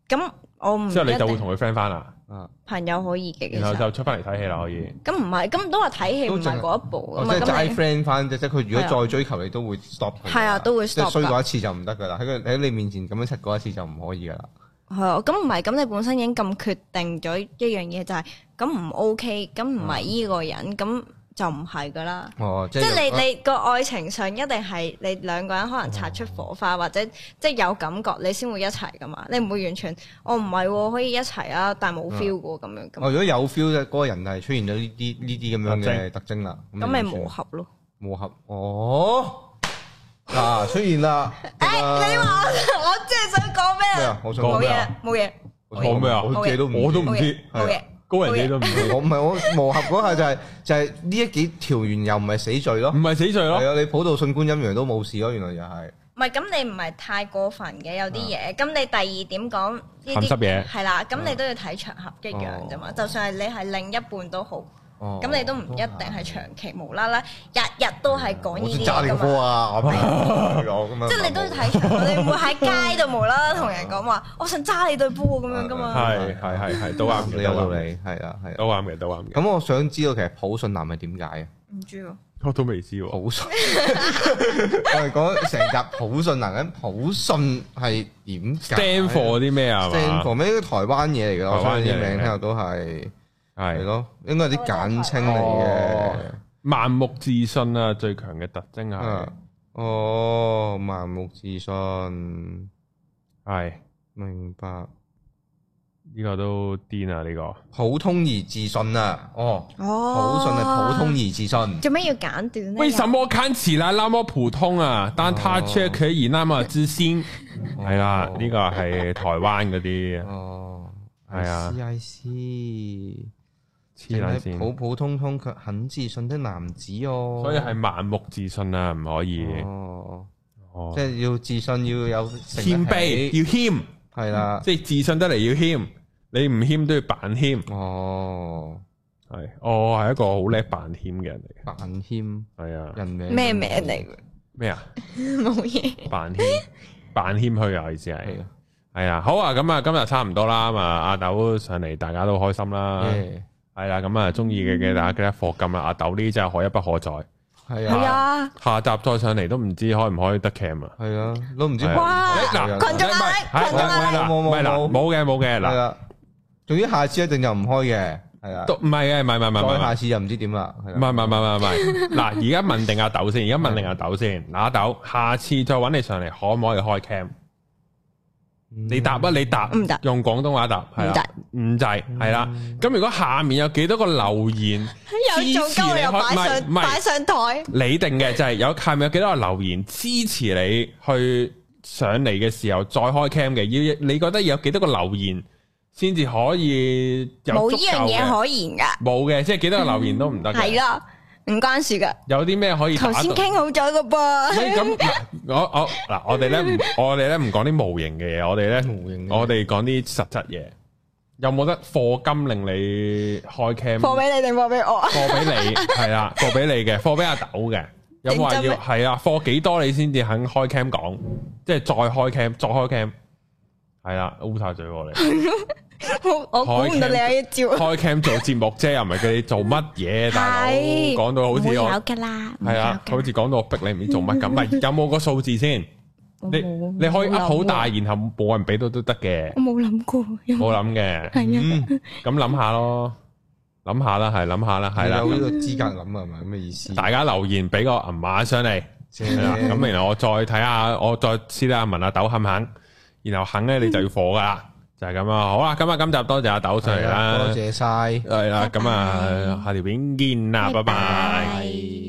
Speaker 3: 咁，我唔
Speaker 1: 之後你就
Speaker 3: 一
Speaker 1: 會
Speaker 3: 定
Speaker 1: 同佢 friend 翻啦，
Speaker 2: 啊，
Speaker 3: 朋友可以嘅，其
Speaker 1: 然後
Speaker 3: 實
Speaker 1: 就出翻嚟睇戲啦，可以。
Speaker 3: 咁唔係，咁都話睇戲
Speaker 2: 都
Speaker 3: 唔
Speaker 2: 淨係
Speaker 3: 係嗰一步
Speaker 2: 哦
Speaker 3: 㗎嘛，
Speaker 2: 即係
Speaker 3: 咁
Speaker 2: 齋
Speaker 3: 你
Speaker 2: friend 翻啫，即係佢如
Speaker 3: 係啊
Speaker 2: 果再追求你都會 stop 佢㗎啦。
Speaker 3: 係啊都會
Speaker 2: 即係
Speaker 3: stop
Speaker 2: 衰
Speaker 3: 㗎
Speaker 2: 過一次就唔得噶啦，喺佢喺你面前咁樣出過一次就唔可以噶啦。
Speaker 3: 係啊，咁唔係咁，你本身已經咁決定咗一樣嘢，就係咁唔 OK，咁唔係依個人，咁就唔係噶啦。
Speaker 2: 哦，嗯即
Speaker 3: 即係
Speaker 2: 你
Speaker 3: 你你個愛情上一定係你兩個人可能擦出火
Speaker 2: 嗯
Speaker 3: 花，或者即係有感覺，你先會一齊噶嘛。你唔會完全我唔係喎，可以一齊啊，但係冇 feel 嘅喎咁樣
Speaker 2: 哦，
Speaker 3: 咁，
Speaker 2: 如果有 feel 嘅嗰個人係出現咗呢啲呢啲咁樣嘅特徵啦，
Speaker 3: 咁咪
Speaker 2: 點算
Speaker 3: 磨合咯。
Speaker 2: 磨合哦，嗱出現 啦，
Speaker 3: 誒，你話 我我即係想哎講咩
Speaker 2: 咩
Speaker 3: 啊
Speaker 2: 啊？？我想
Speaker 1: 講
Speaker 3: 冇
Speaker 1: 咩
Speaker 3: 嘢
Speaker 1: 啊
Speaker 3: 啦，冇嘢，
Speaker 1: 講咩啊
Speaker 2: 我自己都
Speaker 1: 我都唔
Speaker 3: 冇
Speaker 1: 知
Speaker 3: 嘢，
Speaker 2: 啊
Speaker 3: 冇嘢。
Speaker 1: 高人哋都唔知，
Speaker 2: 我唔係我磨合嗰下就係就係呢一幾條原又唔係死罪咯
Speaker 1: 唔，係死罪咯
Speaker 2: 係。啊，你普渡信觀音原來都冇事咯，原來又係
Speaker 3: 唔係咁，你唔係太過分嘅有啲嘢。咁你第二點講呢
Speaker 1: 鹹濕
Speaker 3: 啲
Speaker 1: 嘢
Speaker 3: 係啦，咁你都要睇場合一樣啫嘛。
Speaker 2: 哦
Speaker 3: 就算係你係另一半都好，
Speaker 2: 哦
Speaker 3: 咁你都唔一定係長期無啦啦，日日都係講呢
Speaker 2: 我
Speaker 3: 啲
Speaker 2: 先揸
Speaker 3: 嘢
Speaker 2: 你個
Speaker 3: 噶
Speaker 2: 波
Speaker 3: 嘛。
Speaker 2: 啊！我俾 你講咁樣
Speaker 3: 即係你都要睇場合，你唔會喺街度無啦啦同人講話，我想揸你對波咁樣噶嘛。
Speaker 1: 係係係係，都啱
Speaker 2: 你
Speaker 1: 嘅，
Speaker 2: 有
Speaker 1: 都
Speaker 2: 道
Speaker 1: 啱嘅，
Speaker 2: 理，係啊係啊。
Speaker 1: 都啱嘅，都啱嘅。
Speaker 2: 咁我想知道其實普信男係點解啊？
Speaker 3: 唔知喎，
Speaker 1: 我都未知喎。
Speaker 2: 普信，我哋講成集普信男人，普信係點解
Speaker 1: stand for 啲咩啊？
Speaker 2: stand for 咩？應該台灣嘢嚟㗎，我
Speaker 1: 台灣
Speaker 2: 相信
Speaker 1: 嘢嚟
Speaker 2: 啲
Speaker 1: 嘅
Speaker 2: 名聽落都係係
Speaker 1: 係
Speaker 2: 咯，應該係啲簡稱嚟嘅
Speaker 1: 哦。盲目自信啊，最強嘅特徵係
Speaker 2: 啊哦，盲目自信，
Speaker 1: 係
Speaker 2: 明白。
Speaker 1: 呢個都癲啊！呢個
Speaker 2: 普通而自信啊！哦，普
Speaker 3: 哦
Speaker 2: 信係普通而自信。
Speaker 3: 做咩要簡短咧？
Speaker 1: 為什麼看起來那麼普通啊？
Speaker 2: 哦
Speaker 1: 但他卻可以那麼自信。係啦，呢個係台灣嗰啲
Speaker 2: 哦，
Speaker 1: 係啊
Speaker 2: I C。
Speaker 1: 黐撚線，
Speaker 2: 普普通通卻很自信的男子哦。
Speaker 1: 所以係盲目自信啊，唔可以
Speaker 2: 哦，
Speaker 1: 哦
Speaker 2: 即係要自信，要有
Speaker 1: 謙
Speaker 2: 謙
Speaker 1: 卑，要謙，
Speaker 2: 係啦。
Speaker 1: 即係自信得嚟要謙，你唔謙都要扮謙。
Speaker 2: 哦，
Speaker 1: 系，我係一個好叻扮谦嘅人嚟
Speaker 2: 扮谦
Speaker 1: 嘅，係啊，
Speaker 2: 人名
Speaker 3: 咩名嚟㗎？
Speaker 1: 咩啊？
Speaker 3: 冇嘢。
Speaker 1: 扮谦，扮谦虛啊，我意思係
Speaker 2: 係啊
Speaker 1: 係啊，好啊，咁啊，今日差唔多啦，咁啊，阿豆上嚟，大家都開心啦，
Speaker 2: 耶
Speaker 1: 係啦，咁啊，中意嘅嘅大家記得課金啦，阿豆呢啲真係可一不可再，
Speaker 2: 係
Speaker 3: 係
Speaker 2: 啊
Speaker 3: 啊，
Speaker 1: 下集再上嚟都唔知開唔開得 cam 啊？
Speaker 2: 係啊，都唔知
Speaker 1: 係
Speaker 3: 哇
Speaker 1: 誒嗱
Speaker 3: 群眾壓力
Speaker 1: 唔係
Speaker 3: 群眾壓
Speaker 2: 力
Speaker 1: 係唔係嗱
Speaker 2: 冇冇冇
Speaker 1: 冇嘅冇嘅
Speaker 2: 係
Speaker 1: 嗱，
Speaker 2: 啦。總之下次一定就唔開嘅，係啊
Speaker 1: 都。唔係嘅，唔係唔係唔係唔
Speaker 2: 再
Speaker 1: 係
Speaker 2: 下。次就唔知點啦，係
Speaker 1: 唔係
Speaker 2: 啦
Speaker 1: 唔。係唔係唔係，嗱而家問定阿豆先，而家問定阿豆先，嗱阿豆，下次再揾你上嚟，可唔可以開 cam？你
Speaker 2: 嗯
Speaker 1: 答啊，你答，
Speaker 3: 唔答
Speaker 1: 用廣東話答，係
Speaker 3: 唔
Speaker 1: 啦，唔制，係啦。咁如果下面有幾多個留言，
Speaker 3: 有做鳩你又擺
Speaker 1: 支持你開
Speaker 3: 上
Speaker 1: 唔係唔係
Speaker 3: 擺上台，
Speaker 1: 你定嘅就係有下面有幾多個留言支持你去上嚟嘅時候再開 cam 嘅，要你覺得有幾多個留言先至可以有足
Speaker 3: 冇呢樣
Speaker 1: 夠
Speaker 3: 嘢
Speaker 1: 嘅？
Speaker 3: 可言㗎。
Speaker 1: 冇嘅，即係幾多個留言都唔得
Speaker 3: 係
Speaker 1: 嘅。
Speaker 3: 啦，唔關事㗎。
Speaker 1: 有啲咩可以打動
Speaker 3: 頭先傾好咗㗎噃。
Speaker 1: 喂咁嗱我我嗱，我哋咧唔，我哋咧唔講啲無形嘅嘢，我哋咧，
Speaker 2: 無形嘅
Speaker 1: 我哋講啲實質嘢。有冇得課金令你開 cam？
Speaker 3: 放俾你定放俾 我啊？
Speaker 1: 貨俾 你係啦，貨俾你嘅，貨俾阿豆嘅。有冇話
Speaker 3: 認真
Speaker 1: 要
Speaker 3: 咩
Speaker 1: 係啊？貨幾多你先至肯開 cam 講？即係再開 cam，再開 cam。係啦，烏晒嘴喎 你。
Speaker 3: 我我估唔到你有一招。
Speaker 1: 開 cam 做節目啫，又唔係叫你做乜嘢，大佬
Speaker 3: 係
Speaker 1: 講到好
Speaker 3: 唔會
Speaker 1: 似
Speaker 3: 有
Speaker 1: 我
Speaker 3: 㗎啦，
Speaker 1: 係啊，好似講到我逼你唔知做乜咁。唔係有冇個數字先？
Speaker 3: 我
Speaker 1: 你
Speaker 3: 冇
Speaker 1: 你可以
Speaker 3: 冇
Speaker 1: up
Speaker 3: 諗
Speaker 1: 好
Speaker 3: 過
Speaker 1: 大，然後冇人俾到都得嘅，
Speaker 3: 我冇諗過，有冇
Speaker 1: 冇諗嘅，
Speaker 3: 係啊，
Speaker 1: 咁諗下咯，諗下啦，係諗下啦，係
Speaker 2: 係啦，有呢
Speaker 1: 啦，
Speaker 2: 個資格諗啊，係咪咁嘅意思？
Speaker 1: 大家留言俾個銀碼上嚟，係啦，咁然後我再睇下，我再私底下問阿豆肯唔肯，然後肯咧你就要火噶啦，就係咁啊，好啦，咁啊今集多謝阿豆上嚟
Speaker 2: 多
Speaker 1: 啦，
Speaker 2: 謝晒。
Speaker 1: 係啦，咁啊
Speaker 3: 拜拜
Speaker 1: 下條片見啦，拜拜。
Speaker 3: 拜。